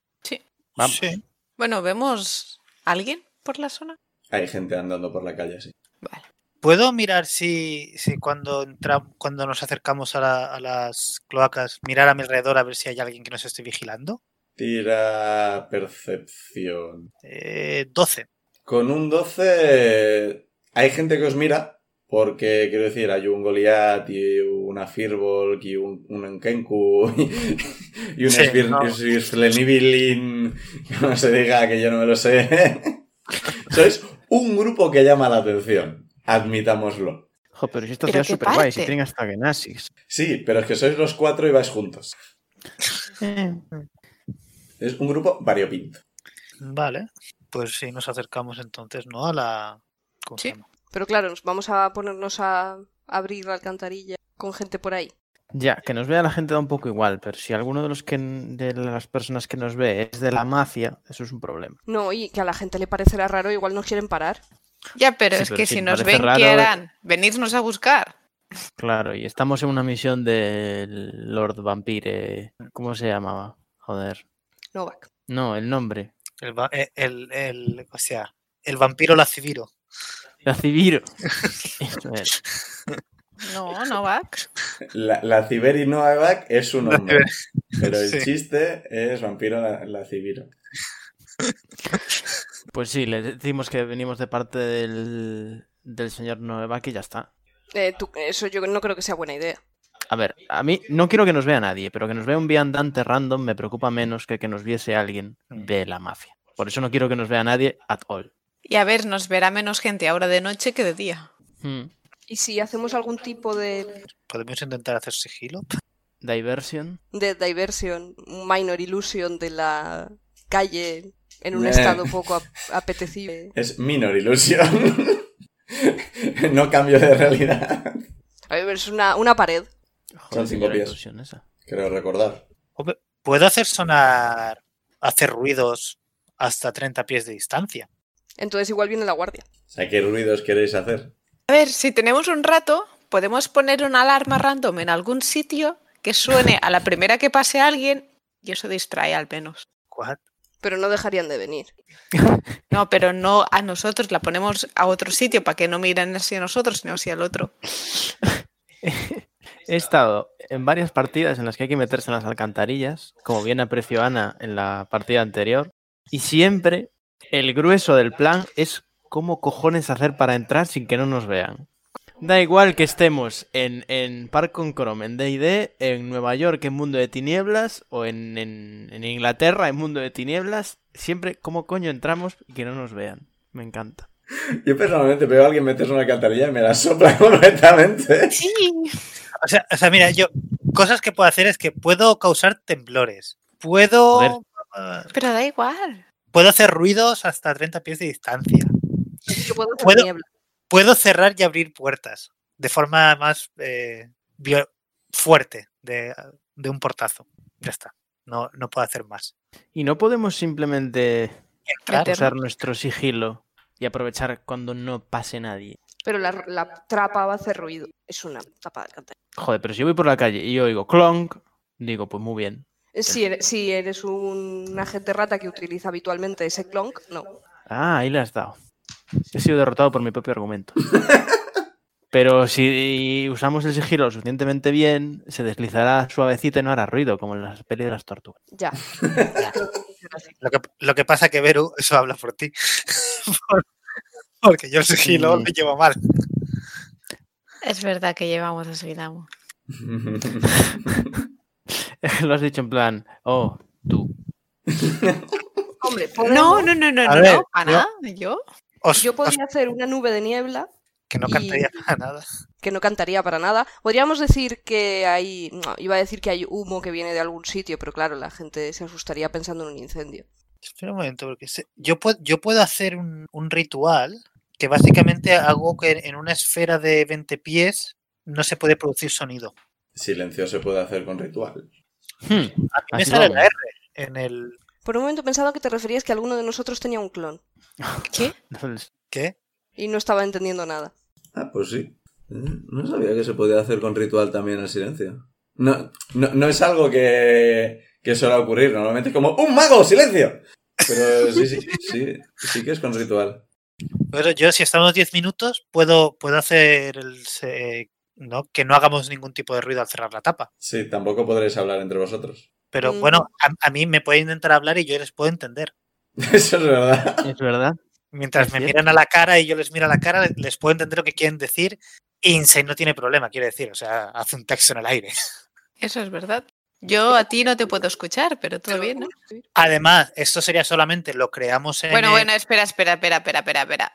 Vamos.
Sí.
Bueno, ¿vemos a alguien por la zona?
Hay gente andando por la calle, sí.
Vale.
¿Puedo mirar si, si cuando, entra- cuando nos acercamos a, la- a las cloacas, mirar a mi alrededor a ver si hay alguien que nos esté vigilando?
Tira percepción.
Eh, 12.
Con un 12 hay gente que os mira, porque quiero decir, hay un Goliath y una Firbolg y un, un Kenku y, y un
Sí,
Svir-
no.
Svirflenibilin, que no se diga que yo no me lo sé. Sois un grupo que llama la atención, admitámoslo.
Jo, pero si esto
Pero
sería
qué
súper guay, si
parte.
tienen hasta Genasis.
Sí, pero es que sois los cuatro y vais juntos. Es un grupo variopinto.
Vale. Pues si nos acercamos entonces, ¿no? A la... ¿cómo se
Sí.
llama?
Pero claro, nos vamos a ponernos a abrir la alcantarilla con gente por ahí.
Ya, que nos vea la gente da un poco igual, pero si alguno de los que de las personas que nos ve es de la mafia, eso es un problema.
No, y que a la gente le parecerá raro, igual nos quieren parar.
Ya, pero
Sí,
es
pero
que
sí,
si
me
nos
parece
ven,
raro. eh.
¿qué harán? Venirnos a buscar.
Claro, y estamos en una misión del Lord Vampire. ¿Cómo se llamaba? Joder.
Novak.
No, el nombre.
El, va- eh, el, el- o sea, el vampiro laciviro.
Laciviro. Eso es.
No, no va.
La, la Ciberi Noavac es un hombre, pero el
Sí.
chiste es vampiro la, la Cibiro.
Pues sí, le decimos que venimos de parte del, del señor Novak y ya está.
Eh, tú- eso yo no creo que sea buena idea.
A ver, a mí no quiero que nos vea nadie, pero que nos vea un viandante random me preocupa menos que que nos viese alguien de la mafia. Por eso no quiero que nos vea nadie at all.
Y a ver, nos verá menos gente ahora de noche que de día.
Hmm.
¿Y si hacemos algún tipo de,
Podemos intentar hacer sigilo.
Diversion.
de diversión, un minor illusion de la calle en un
Nah.
estado poco ap- apetecible?
Es minor ilusión. no cambio de realidad.
A ver, es una, una pared.
Joder,
cinco
qué gran
pies.
ilusión esa.
Creo recordar.
Hombre, Puedo hacer sonar, hacer ruidos hasta 30 pies de distancia.
Entonces igual viene la guardia.
O sea, ¿qué ruidos queréis hacer?
A ver, si tenemos un rato, podemos poner una alarma random en algún sitio que suene a la primera que pase alguien y eso distrae al menos.
What?
Pero no dejarían de venir.
No, pero no a nosotros, la ponemos a otro sitio para que no miren hacia nosotros, sino hacia el otro.
He estado en varias partidas en las que hay que meterse en las alcantarillas, como bien apreció Ana en la partida anterior, y siempre el grueso del plan es cómo cojones hacer para entrar sin que no nos vean. Da igual que estemos en, en Park con Chrome, en DD, en Nueva York, en Mundo de Tinieblas, o en, en- en Inglaterra, en Mundo de Tinieblas, siempre cómo coño entramos y que no nos vean. Me encanta.
Yo personalmente veo a alguien meterse en una alcantarilla y me la sopla completamente.
Sí.
O sea, o sea, mira, yo cosas que puedo hacer es que puedo causar temblores. Puedo
Joder.
ah,
Pero da igual.
puedo hacer ruidos hasta 30 pies de distancia.
Yo puedo hacer
Puedo-
niebla.
Puedo cerrar y abrir puertas de forma más eh, vio- fuerte de, de un portazo. Ya está. No, no puedo hacer más.
Y no podemos simplemente
Entrar,
Meter-
usar nuestro sigilo y aprovechar cuando no pase nadie.
Pero la, la trapa va a hacer ruido. Es una tapa de alcantarilla.
Joder, pero si yo voy por la calle y yo oigo clonk, digo, pues muy bien.
Eh, Si eres, si eres un agente rata que utiliza habitualmente ese clonk, no.
Ah, ahí le has dado. He sido derrotado por mi propio argumento. Pero si usamos el sigilo lo suficientemente bien, se deslizará suavecito y no hará ruido, como en las pelis de las tortugas.
Ya.
Lo que, lo que pasa que, Veru, eso habla por ti. Por- Porque yo el sigilo
Mm.
me llevo mal.
Es verdad que llevamos a Suidamu.
lo has dicho en plan, oh, tú.
Hombre,
No,
podemos-
no, no, no,
A
no,
ver,
no, para
yo-
nada. Yo.
Os-
yo
os-
podría hacer una nube de niebla
que no
y-
cantaría para nada.
que no cantaría para nada. Podríamos decir que hay, no, iba a decir que hay humo que viene de algún sitio, pero claro, la gente se asustaría pensando en un incendio.
Espera un momento, porque se- yo, puedo, yo puedo hacer un, un ritual que básicamente hago que en una esfera de 20 pies no se puede producir sonido.
Silencio se puede hacer con ritual.
Hmm,
A mí me
Así
sale
vamos.
la R en el...
Por un momento pensaba que te referías que alguno de nosotros tenía un clon.
¿Qué?
entonces,
¿Qué?
y no estaba entendiendo nada.
Ah, pues sí. Eh, No sabía que se podía hacer con ritual también el silencio. No, no, no es algo que, que suele ocurrir. Normalmente es como ¡Un mago! ¡Silencio! Pero sí, sí, sí. Sí que es con ritual.
Pero yo, si estamos 10 minutos, puedo, puedo hacer el, se- eh, ¿no? que no hagamos ningún tipo de ruido al cerrar la tapa.
Sí, tampoco podréis hablar entre vosotros.
Pero
Mm.
bueno, a, a mí me pueden intentar hablar y yo les puedo entender.
Eso es verdad.
Es verdad.
Mientras
Es
me
cierto.
miran a la cara y yo les miro a la cara, le- les puedo entender lo que quieren decir. y Insane no tiene problema, quiere decir. O sea, hace un texto en el aire.
Eso es verdad. Yo a ti no te puedo escuchar, pero todo bien, ¿no?
Además, esto sería solamente lo creamos en.
Bueno,
el-
bueno, espera, espera, espera, espera, espera, espera.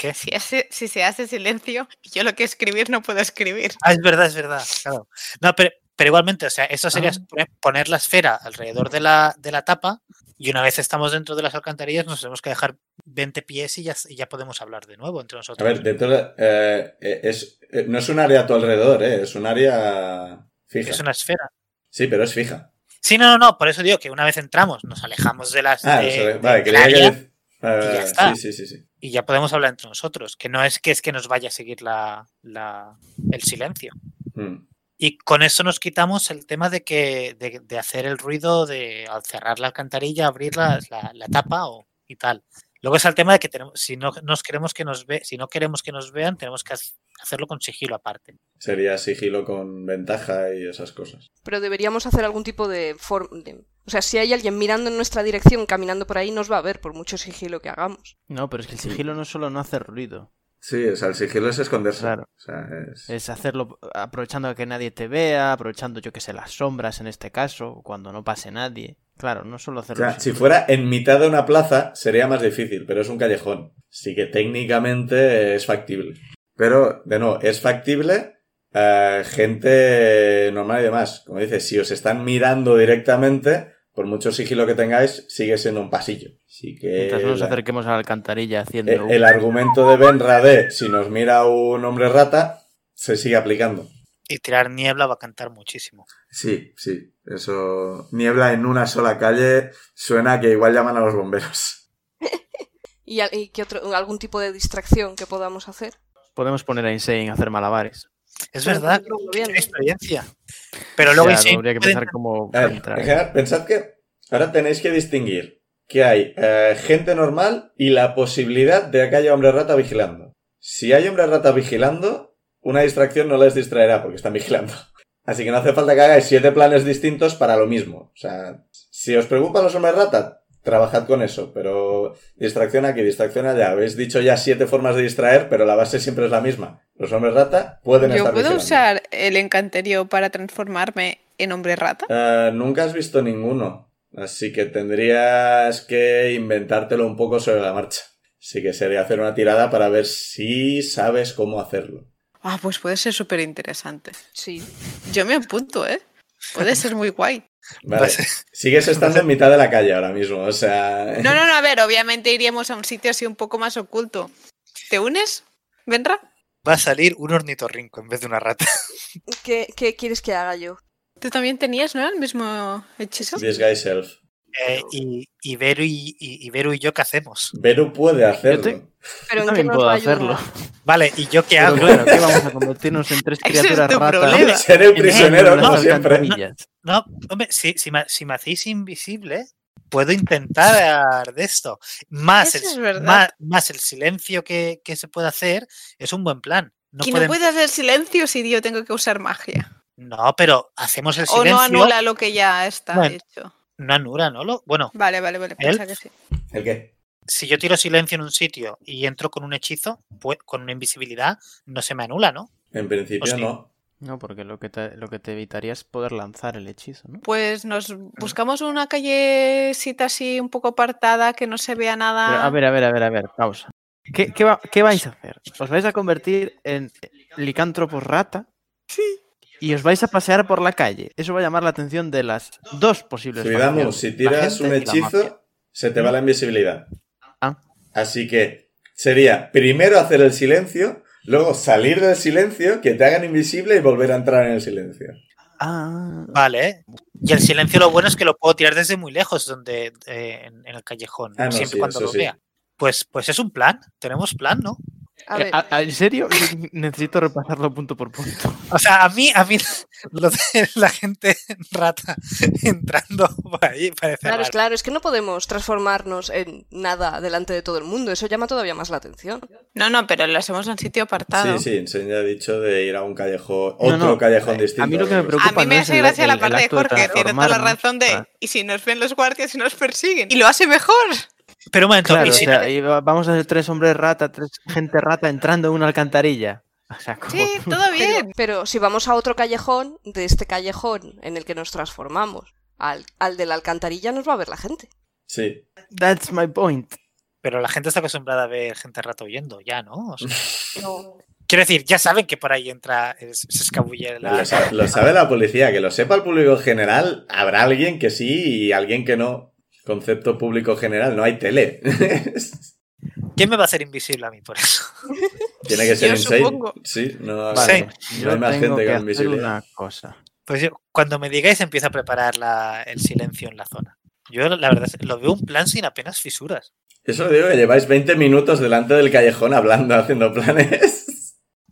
¿Qué?
Si, hace- si se hace silencio, yo lo que escribir no puedo escribir.
Ah, es verdad, es verdad. claro. No, pero, pero igualmente, o sea, esto sería poner- poner la esfera alrededor de la, de la tapa y una vez estamos dentro de las alcantarillas nos tenemos que dejar 20 pies y ya, y ya podemos hablar de nuevo entre
A
nosotros.
ver, dentro de- eh, eh, es, eh, no es un área a tu alrededor, eh, es un área fija.
es una esfera.
Sí, pero es fija.
Sí, no, no, no, por eso digo que una vez entramos nos alejamos de las...
Ah,
de-
eso,
del
vale, quería
Eh, área
que... Vale,
y ya
vale,
está.
sí, sí, sí, sí.
Y ya podemos hablar entre nosotros, que no es que es que nos vaya a seguir la, la- el silencio.
Mm.
Y con eso nos quitamos el tema de que de, de hacer el ruido de al cerrar la alcantarilla, abrir la, la- la tapa o, y tal. Luego es el tema de que tenemos, si no nos queremos que nos ve, si no queremos que nos vean, tenemos que hac- hacerlo con sigilo aparte.
Sería sigilo con ventaja y esas cosas.
Pero deberíamos hacer algún tipo de forma. O sea, si hay alguien mirando en nuestra dirección, caminando por ahí, nos va a ver, por mucho sigilo que hagamos.
No, pero es que el sigilo no solo no hace ruido,
Sí, o sea, el sigilo es esconderse.
Claro.
O sea, es-
es hacerlo aprovechando que nadie te vea, aprovechando yo que sé las sombras en este caso, cuando no pase nadie. Claro, no solo
O
hacerlo.
sea,
sin
si
ruido.
fuera en mitad de una plaza sería más difícil, pero es un callejón. Así que técnicamente es factible. Pero, de nuevo, es factible eh, gente normal y demás. Como dices, si os están mirando directamente, por mucho sigilo que tengáis, sigue siendo un pasillo. Así que...
Mientras no nos
la-
acerquemos a la alcantarilla haciendo.
el,
un-
el argumento de Benra de si nos mira un hombre rata, se sigue aplicando.
Y tirar niebla va a cantar muchísimo.
Sí, sí. Eso. Niebla en una sola calle suena que igual llaman a los bomberos.
¿Y, al- y qué otro, algún tipo de distracción que podamos hacer?
Podemos poner a Insane a hacer malabares.
Es
Pero
verdad,
no lo
que
veo,
tiene
¿no?
experiencia. Pero luego
O sea,
Insane
habría que
puede
pensar cómo
A ver,
entrar.
en general, pensad que ahora tenéis que distinguir que hay eh, gente normal y la posibilidad de que haya hombre rata vigilando. Si hay hombre rata vigilando, una distracción no les distraerá porque están vigilando. Así que no hace falta que hagáis siete planes distintos para lo mismo. O sea, si os preocupan los hombres rata, trabajad con eso, pero distracción aquí, distracción allá. Habéis dicho ya siete formas de distraer, pero la base siempre es la misma. Los hombres rata pueden
¿Yo
estar
puedo
vigilando.
usar el encanterio para transformarme en hombre rata?
Eh, nunca has visto ninguno, así que tendrías que inventártelo un poco sobre la marcha. Así que sería hacer una tirada para ver si sabes cómo hacerlo.
Ah, pues puede ser súper interesante.
Sí.
Yo me apunto, ¿eh? Puede ser muy guay.
Va
Vale.
a ser-
Sigues estando en mitad de la calle ahora mismo, o sea...
No, no, no, a ver, obviamente iríamos a un sitio así un poco más oculto. ¿Te unes, Benra?
va a salir un ornitorrinco en vez de una rata.
¿Qué, qué quieres que haga yo?
Tú también tenías, ¿no? El mismo hechizo.
Disguise self.
Eh, y, y, Beru y, y- y Beru y yo, ¿qué hacemos?
Beru puede hacerlo.
Yo te-
Pero ¿en
Yo
qué
también
nos
puedo
va a ayudar?
hacerlo.
Vale, ¿y yo qué
Pero
hago?
claro, ¿qué vamos a convertirnos en tres
Ese es
criaturas
tu
ratas?
problema.
Seré un
Eh,
prisionero,
no,
como
no,
siempre.
No, hombre, si, si me, si me hacéis invisible, puedo intentar de esto. Más,
Eso
el,
es verdad.
más, más el silencio que, que se puede hacer es un buen plan. No,
que
pueden-
no puede hacer silencio si yo tengo que usar magia.
no, pero hacemos el
O
silencio.
no anula lo que ya está
Bueno.
hecho.
No anula, ¿no? Lo- bueno,
Vale, vale, vale. Piensa que sí.
¿El qué?
si yo tiro silencio en un sitio y entro con un hechizo, pues, con una invisibilidad, no se me anula, ¿no?
En principio
Hostia.
no.
No, porque lo que, te, lo que te evitaría es poder lanzar el hechizo, ¿no?
Pues nos buscamos una callecita así un poco apartada que no se vea nada.
Pero, a ver, a ver, a ver, a ver, pausa. ¿Qué, qué va- qué vais a hacer? ¿Os vais a convertir en licántropos rata? Y os vais a pasear por la calle. Eso va a llamar la atención de las dos posibles
Cuidado,
facciones,
si
la
tiras un
gente y la mafia.
hechizo, se te va la invisibilidad.
Ah.
Así que sería primero hacer el silencio, luego salir del silencio, que te hagan invisible y volver a entrar en el silencio.
Ah,
Vale. Y el silencio lo bueno es que lo puedo tirar desde muy lejos, donde eh, en, en el callejón,
Ah, no,
siempre
sí,
y cuando
eso
lo
sí.
vea. Pues, pues es un plan, tenemos plan, ¿no?
A
Eh,
ver,
a- a- ¿En serio? Necesito repasarlo punto por punto.
O sea, a mí, a mí lo de la gente rata entrando por ahí parece
claro, es
raro.
claro, es que no podemos transformarnos en nada delante de todo el mundo. Eso llama todavía más la atención.
No, no, pero lo hacemos en un sitio
Ah,
apartado.
Sí, sí, Insane ya ha dicho de ir a un callejón, otro callejón distinto.
A mí lo que me preocupa
A mí me
no es
hace
el-
gracia
el-
la
el
parte de
acto de
Jorge, tiene toda la
transformarnos.
razón de.
Ah.
Y si nos ven los guardias y nos persiguen. Y lo hace mejor.
Pero un momento,
Claro,
¿y
o
si-
sea, y va- vamos a ser tres hombres rata, tres gente rata entrando en una alcantarilla. O sea, como-
Sí, todo bien.
Pero si vamos a otro callejón, de este callejón en el que nos transformamos al, al de la alcantarilla, nos va a ver la gente.
Sí.
That's my point.
pero la gente está acostumbrada a ver gente rata huyendo, ya, ¿no? O sea, Quiero decir, ya saben que por ahí entra, es- se escabulle la...
Lo, sa- lo sabe la policía, que lo sepa el público general, habrá alguien que sí y alguien que no. Concepto público general, no hay tele.
¿Quién me va a hacer invisible a mí por eso?
Tiene que ser
Yo
Insane.
supongo.
Sí, no,
Vale.
No
Yo
hay más
tengo
gente
que
con
hacer
invisibilidad.
una cosa.
Pues yo, cuando me digáis, empiezo a preparar la- el silencio en la zona. Yo, la verdad, es- lo veo un plan sin apenas fisuras.
Eso lo digo que lleváis 20 minutos delante del callejón hablando, haciendo planes.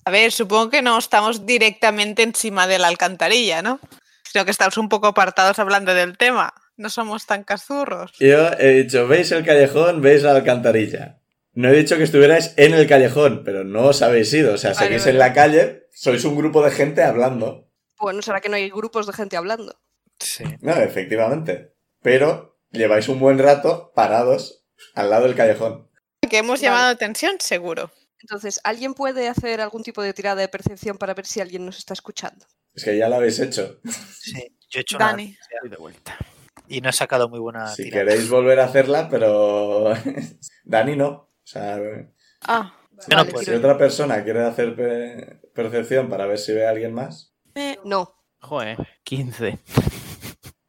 A ver, supongo que no estamos directamente encima de la alcantarilla, ¿no? Sino que estamos un poco apartados hablando del tema. No somos tan cazurros.
Yo he dicho, veis el callejón, veis la alcantarilla. No he dicho que estuvierais en el callejón, pero no os habéis ido. O sea,
Vale,
seguís
vale.
en la calle, sois un grupo de gente hablando.
Bueno, será que no hay grupos de gente hablando.
Sí.
No, efectivamente. Pero lleváis un buen rato parados al lado del callejón.
Que hemos
Vale.
llamado atención, seguro.
Entonces, ¿alguien puede hacer algún tipo de tirada de percepción para ver si alguien nos está escuchando?
Es que ya lo habéis hecho.
Sí, yo he hecho una
Dani.
Voy de vuelta.
y no he sacado muy buena
si
tirada.
queréis volver a hacerla, pero Dani no. O sea,
Ah,
Bueno,
Vale,
pues,
si
tiro
otra persona quiere hacer pe- percepción para ver si ve a alguien más,
yo. No.
Joder, 15.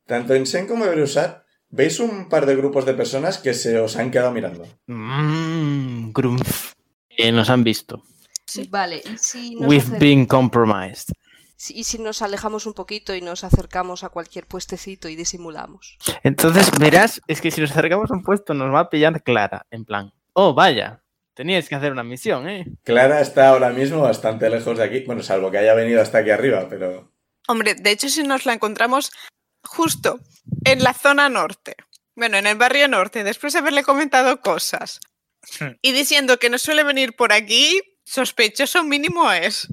tanto Insen como Berusat, veis un par de grupos de personas que se os han quedado mirando.
Mmm, grunf. Eh, nos han visto.
Vale, ¿y si, nos
We've
acer-
been compromised.
si- y si nos alejamos un poquito y nos acercamos a cualquier puestecito y disimulamos?
Entonces, verás, es que si nos acercamos a un puesto nos va a pillar Clara, en plan. Oh, vaya, teníais que hacer una misión, ¿eh?
Clara está ahora mismo bastante lejos de aquí, bueno, salvo que haya venido hasta aquí arriba, pero
Hombre, de hecho, si nos la encontramos justo en la zona norte, bueno, en el barrio norte, después de haberle comentado cosas
Hmm.
y diciendo que no suele venir por aquí, sospechoso mínimo es.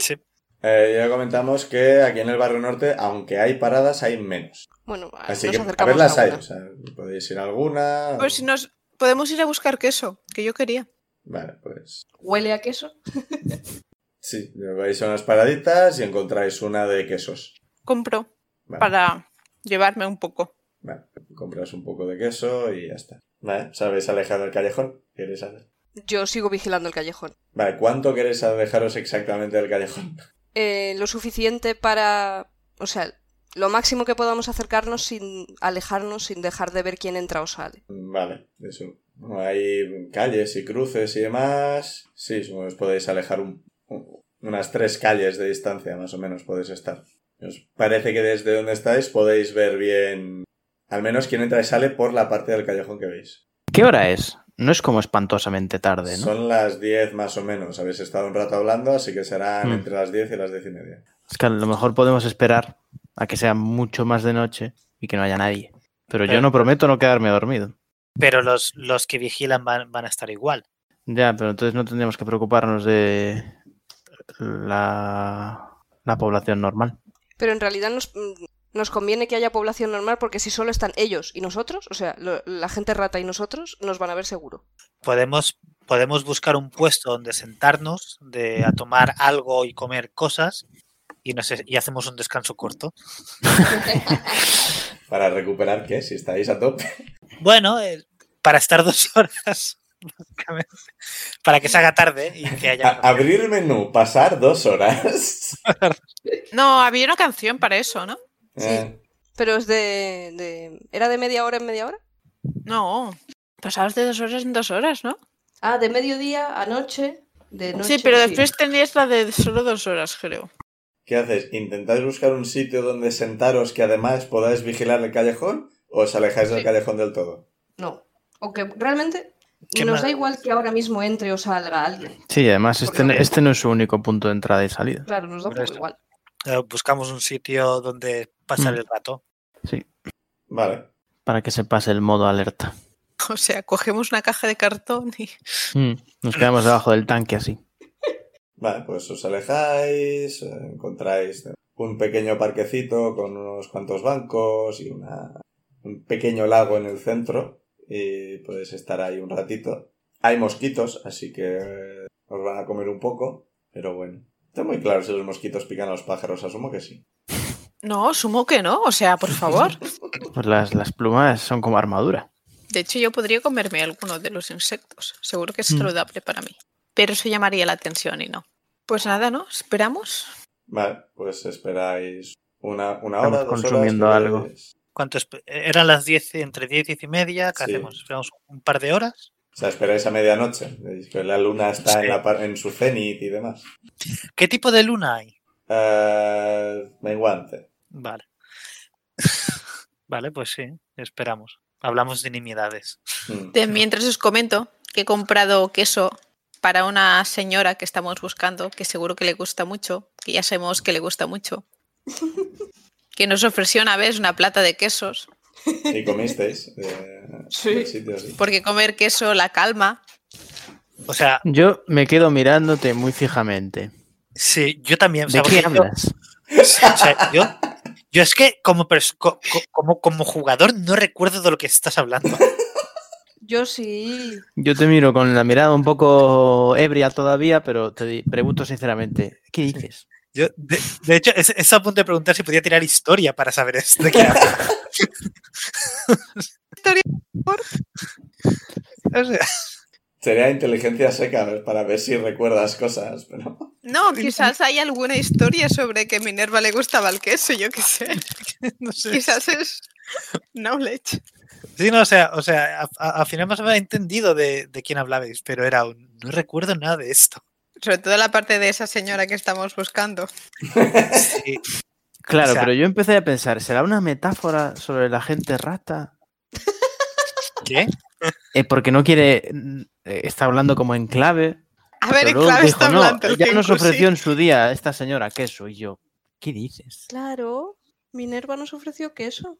Sí.
eh, ya comentamos que aquí en el barrio norte, aunque hay paradas, hay menos.
Bueno, a-
Así
nos
que a
acercamos
verlas
a
hay,
una.
o sea, podéis ir a alguna.
Pues si nos podemos ir a buscar queso, que yo quería.
Vale, pues
¿Huele a queso?
sí, vais a unas paraditas y encontráis una de quesos.
Compro
Vale.
para llevarme un poco.
Vale, compras un poco de queso y ya está. Vale, os habéis alejado del callejón. ¿Queréis hacer?
Yo sigo vigilando el callejón.
Vale, ¿cuánto queréis alejaros exactamente del callejón?
Eh, lo suficiente para... O sea, lo máximo que podamos acercarnos sin alejarnos, sin dejar de ver quién entra o sale.
Vale, eso. Bueno, hay calles y cruces y demás. Sí, supongo que os podéis alejar un- un- unas tres calles de distancia, más o menos, podéis estar. Os parece que desde donde estáis podéis ver bien, al menos quién entra y sale por la parte del callejón que veis.
¿Qué hora es? No es como espantosamente tarde, ¿no?
Son las 10 más o menos. Habéis estado un rato hablando, así que serán
Mm.
entre las 10 y las 10 y media.
Es que a lo mejor podemos esperar a que sea mucho más de noche y que no haya nadie. Pero yo
Claro.
no prometo no quedarme dormido.
Pero los, los que vigilan van, van a estar igual.
Ya, pero entonces no tendríamos que preocuparnos de la, la población normal.
Pero en realidad nos, mm, nos conviene que haya población normal porque si solo están ellos y nosotros, o sea, lo- la gente rata y nosotros, nos van a ver seguro.
Podemos, podemos buscar un puesto donde sentarnos, de, a tomar algo y comer cosas y, no sé, y hacemos un descanso corto.
Para recuperar, ¿qué? Si estáis a tope.
Bueno, eh, para estar dos horas, básicamente, para que se haga tarde y que haya...
A- abrir menú, pasar dos horas.
No, había una canción para eso, ¿no?
Eh,
Pero es de, de- ¿Era de media hora en media hora?
No. Pasados de dos horas en dos horas, ¿no?
Ah, de mediodía a noche. De noche
sí, pero después tenías la de solo dos horas, creo.
¿Qué hacéis? ¿Intentáis buscar un sitio donde sentaros que además podáis vigilar el callejón? ¿O os alejáis del
Sí.
callejón del todo?
No. Aunque realmente
Qué
Nos da
mal.
igual que ahora mismo entre o salga alguien.
Sí, y además
Porque
este,
no-
este no es su único punto de entrada y salida.
Claro, nos da
Por
un poco
eso.
igual.
Eh, Buscamos un sitio donde pasar
Mm.
el rato.
Vale.
Para que se pase el modo alerta.
O sea, cogemos una caja de cartón y
Mm, Nos quedamos debajo del tanque así.
Vale, pues os alejáis, eh, encontráis un pequeño parquecito con unos cuantos bancos y una, un pequeño lago en el centro y podéis estar ahí un ratito. Hay mosquitos, así que eh, os van a comer un poco, pero bueno. Está muy claro si los mosquitos pican a los pájaros, asumo que sí.
No, sumo que no, o sea, por favor.
Pues las, las plumas son como armadura.
De hecho, yo podría comerme alguno de los insectos. Seguro que es
Mm.
saludable para mí. Pero eso llamaría la atención y no. Pues nada, ¿no? Esperamos.
Vale, pues esperáis una, una
Estamos
hora, dos
consumiendo
horas,
algo.
pues-
¿Cuánto espe- eran las 10, entre 10 y 10 y media? ¿Qué
Sí.
hacemos? ¿Esperamos un par de horas?
O sea, esperáis a medianoche. veis que La luna está
Sí.
en, la par- en su cenit y demás.
¿Qué tipo de luna hay?
Eh, menguante.
Vale. vale, pues sí, esperamos. Hablamos de nimiedades.
Mm.
De- mientras os comento que he comprado queso para una señora que estamos buscando, que seguro que le gusta mucho, que ya sabemos que le gusta mucho. Que nos ofreció una vez una plata de quesos,
Y comisteis. eh,
Sí.
del sitio, sí.
porque comer queso la calma.
O sea,
Yo me quedo mirándote muy fijamente.
sí, yo también. o
¿De
sea,
qué
vosotros-
hablas?
Sí, o sea, yo, yo es que como, pers- co- co- como, como jugador no recuerdo de lo que estás hablando.
Yo sí.
Yo te miro con la mirada un poco ebria todavía, pero te di- pregunto sinceramente, ¿qué dices?
Yo, de, de hecho, es, es a punto de preguntar si podía tirar historia para saber es- de qué habla.
Historia, por
O sea,
Sería inteligencia seca ¿ves? para ver si recuerdas cosas, pero.
No, quizás hay alguna historia sobre que Minerva le gustaba el queso, yo qué sé.
no sé.
Quizás es knowledge.
Sí, no, o sea, o sea a- a- al final más o menos he entendido de, de quién hablabais, pero era un, no recuerdo nada de esto.
Sobre todo la parte de esa señora que estamos buscando.
Sí,
Claro,
O sea-
pero yo empecé a pensar, ¿será una metáfora sobre la gente rata?
¿Qué?
Eh, porque no quiere, mm, eh, está hablando como en clave.
A ver,
pero
en
luego
clave
dijo,
está
"No,
hablando. el
ya nos
Kenku, sí".
ofreció en su día esta señora queso y yo, ¿qué dices?
Claro, Minerva nos ofreció queso.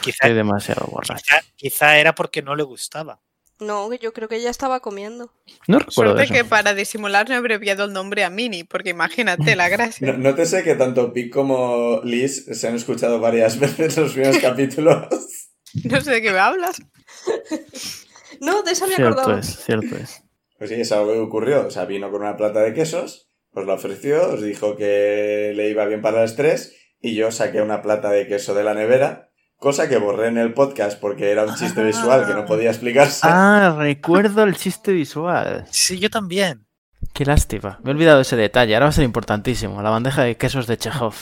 quizá,
Estoy demasiado borracho.
quizá- quizá era porque no le gustaba.
No, que yo creo que ella estaba comiendo.
No recuerdo
Suerte
eso.
que para disimular no he abreviado el nombre a Mini, porque imagínate la
No,
gracia.
nótese que tanto Pic como Liz se han escuchado varias veces los primeros capítulos.
No sé de qué me hablas.
No, de esa me
Cierto
acordaba.
es, cierto es.
Pues sí, es algo que ocurrió. O sea, vino con una plata de quesos, os la ofreció, os dijo que le iba bien para el estrés, y yo saqué una plata de queso de la nevera, cosa que borré en el podcast porque era un chiste
Ah.
visual que no podía explicarse.
Ah, recuerdo el chiste visual.
Sí, yo también.
Qué lástima. Me he olvidado ese detalle. Ahora va a ser importantísimo. La bandeja de quesos de Chekhov.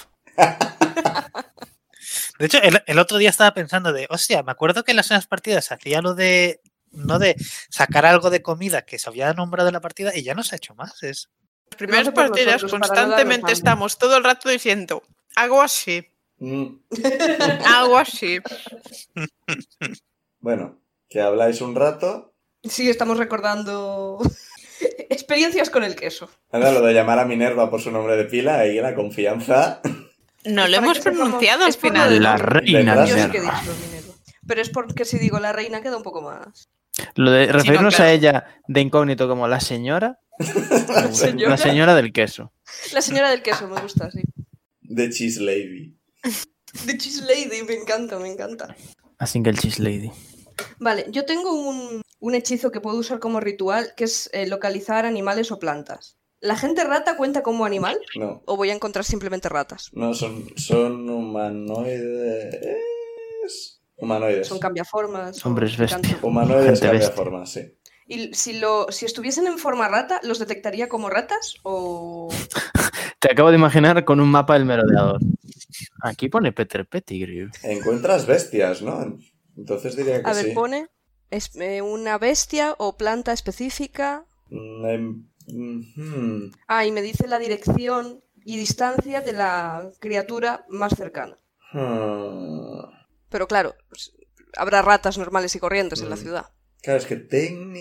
De hecho, el, el otro día estaba pensando de, hostia, me acuerdo que en las unas partidas hacía lo de, no de sacar algo de comida que se había nombrado en la partida y ya no se ha hecho más. Es,
Las primeras
hace por
partidas
nosotros, para nada lo
constantemente
sabe.
estamos todo el rato diciendo, hago así,
Mm.
hago así.
Bueno, que habláis un rato,
Sí, estamos recordando experiencias con el queso.
Nada, lo de llamar a Minerva por su nombre de pila, ahí la confianza.
No
Es para
lo hemos
que sepamos-
pronunciado al
es por lo
final.
del-
La reina
Yo
Yo
sí
de
que he dicho Minerva. Pero es porque si digo la reina queda un poco más.
Lo de referirnos
claro.
a ella de incógnito como la señora. me gusta.
señora.
La señora del queso.
La señora del queso me gusta, sí.
De Cheese Lady.
The Cheese Lady, me encanta, me encanta.
Así que el cheese lady.
Vale, yo tengo un, un hechizo que puedo usar como ritual, que es eh, localizar animales o plantas. ¿La gente rata cuenta como animal?
No,
¿O voy a encontrar simplemente ratas?
no, son, son humanoides. Humanoides.
Son cambiaformas. o
Hombres bestia.
picantes.
humanoides
gente
cambia
bestia.
forma, sí.
Y si, lo, si estuviesen en forma rata, ¿los detectaría como ratas? ¿O
Te acabo de imaginar con un mapa del merodeador. Aquí pone Peter Pettigrew.
Encuentras bestias, ¿no? Entonces diría que
A ver,
sí.
pone es, eh, una bestia o planta específica.
Mm, em, mhm.
Ah, y me dice la dirección y distancia de la criatura más cercana.
Hmm.
Pero claro, pues, habrá ratas normales y corrientes en la
Mm.
ciudad.
Claro, es que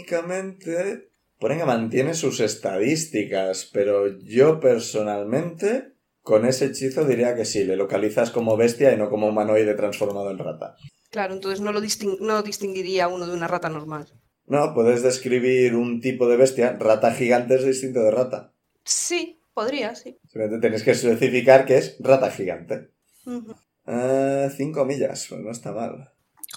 técnicamente Porenga mantiene sus estadísticas, pero yo personalmente con ese hechizo diría que sí, le localizas como bestia y no como humanoide transformado en rata.
Claro, entonces no lo distin- no distinguiría uno de una rata normal.
No, puedes describir un tipo de bestia. Rata gigante es distinto de rata.
Sí, podría, sí.
Simplemente tienes que especificar que es rata gigante.
Ujú.
Ah, cinco millas, pues no está mal.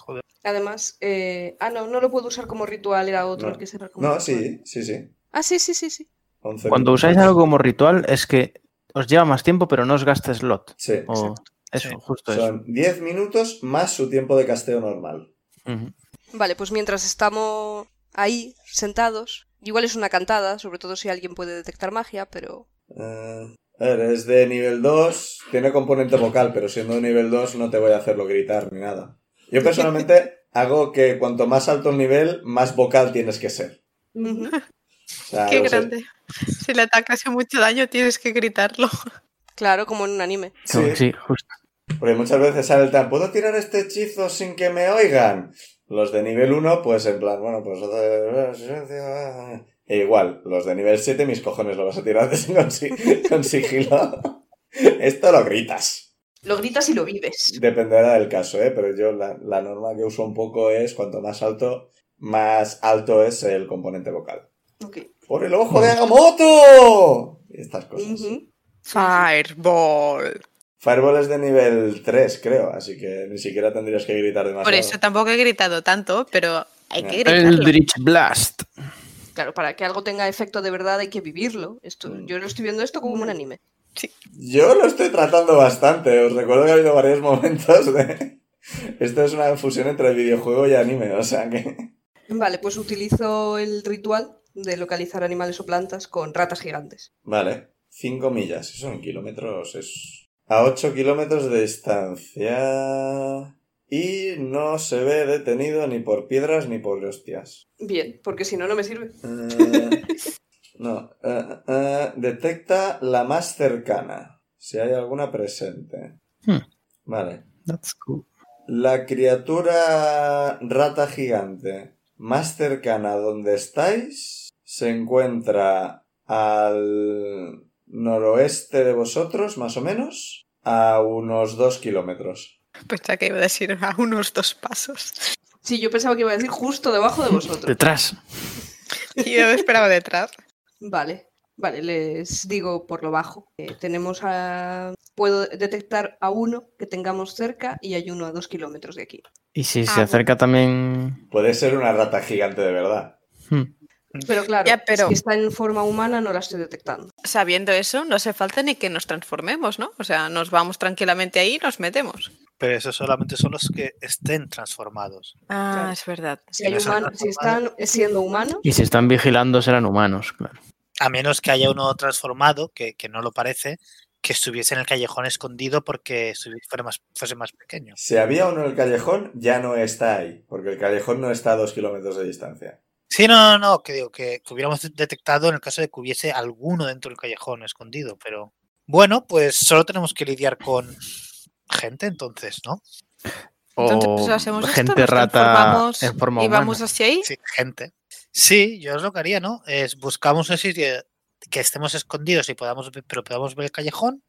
Joder.
Además, eh, ah, no, no lo puedo usar como ritual, era otro
No.
el que se como
No,
ritual.
sí, sí, sí.
Ah, sí, sí, sí, sí.
Once
Cuando
minutos.
usáis algo como ritual es que os lleva más tiempo, pero no os gasta slot.
Sí.
O eso,
Sí.
justo eso.
Son 10 minutos más su tiempo de casteo normal.
Ujú.
Vale, pues mientras estamos ahí, sentados, igual es una cantada, sobre todo si alguien puede detectar magia, pero...
Eh, a ver, es de nivel 2. Tiene componente vocal, pero siendo de nivel 2 no te voy a hacerlo gritar ni nada. Yo personalmente hago que cuanto más alto el nivel, más vocal tienes que ser.
Ujú.
O sea,
Qué
no sé.
grande. Si le atacas a mucho daño, tienes que gritarlo.
Claro, como en un anime.
Sí,
Sí, justo.
Porque muchas veces sale el tan, ¿puedo tirar este hechizo sin que me oigan? Los de nivel 1, pues en plan, bueno, pues... eh, silencio, eh. E igual, los de nivel 7, mis cojones, lo vas a tirar sin- con, si- con sigilo. Esto lo gritas.
Lo gritas y lo vives.
Dependerá del caso, ¿eh? Pero yo la, la norma que uso un poco es, cuanto más alto, más alto es el componente vocal.
Ok.
¡Por el ojo de Agamotto! Y estas cosas.
Ujú.
Fireball.
Fireball es de nivel 3, creo, así que ni siquiera tendrías que gritar demasiado.
Por eso tampoco he gritado tanto, pero hay que
Ya.
gritarlo.
Eldritch Blast.
Claro, para que algo tenga efecto de verdad hay que vivirlo. Esto, yo lo estoy viendo esto como un anime.
Yo lo estoy tratando bastante. Os recuerdo que ha habido varios momentos de... Esto es una fusión entre videojuego y anime, o sea que...
Vale, pues utilizo el ritual de localizar animales o plantas con ratas gigantes.
Vale, 5 millas. Eso son kilómetros, es... A 8 kilómetros de distancia... Y no se ve detenido ni por piedras ni por hostias.
Bien, porque si no, no me sirve.
Eh, no. eh, eh, detecta la más cercana. Si hay alguna presente.
Hmm.
Vale.
That's cool.
La criatura rata gigante más cercana a donde estáis se encuentra al noroeste de vosotros, más o menos, a unos dos kilómetros.
Pensaba que iba a decir a unos dos pasos.
Sí, yo pensaba que iba a decir justo debajo de vosotros.
Detrás.
Y yo me esperaba detrás.
Vale, vale, les digo por lo bajo. Eh, tenemos a... Puedo detectar a uno que tengamos cerca y hay uno a dos kilómetros de aquí.
Y si se
Ah,
acerca también.
Puede ser una rata gigante de verdad.
Hmm.
Pero claro,
Ya, pero-
si está en forma humana no la estoy detectando.
Sabiendo eso, no hace falta ni que nos transformemos, ¿no? O sea, nos vamos tranquilamente ahí y nos metemos.
Pero eso solamente son los que estén transformados.
Ah,
Claro.
es verdad.
Si,
Sí,
hay
no se
humano-
está
si están siendo humanos,
Y si están vigilando serán humanos, claro.
A menos que haya uno transformado, que, que no lo parece, que estuviese en el callejón escondido porque estuvi- fuera más, fuese más pequeño.
Si había uno en el callejón, ya no está ahí, porque el callejón no está a dos kilómetros de distancia.
Sí, no, no, no, que digo, que, que hubiéramos detectado en el caso de que hubiese alguno dentro del callejón escondido, pero bueno, pues solo tenemos que lidiar con gente entonces, ¿no?
Entonces,
O
pues, hacemos esto,
gente
nos
rata
transformamos
en forma
y
humana.
vamos hacia ahí.
Sí, gente. Sí, yo es lo que haría, ¿no? Es buscamos un sitio que estemos escondidos y podamos ver, pero podamos ver el callejón.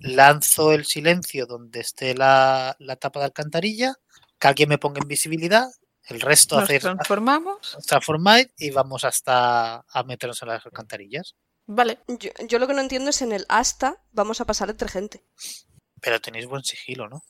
Lanzo el silencio donde esté la, la tapa de alcantarilla, que alguien me ponga invisibilidad, el resto
Nos
hacéis
transformamos.
os transformáis y vamos hasta a meternos en las alcantarillas.
Vale.
yo, yo lo que no entiendo es en el hasta vamos a pasar entre gente.
Pero tenéis buen sigilo, ¿no?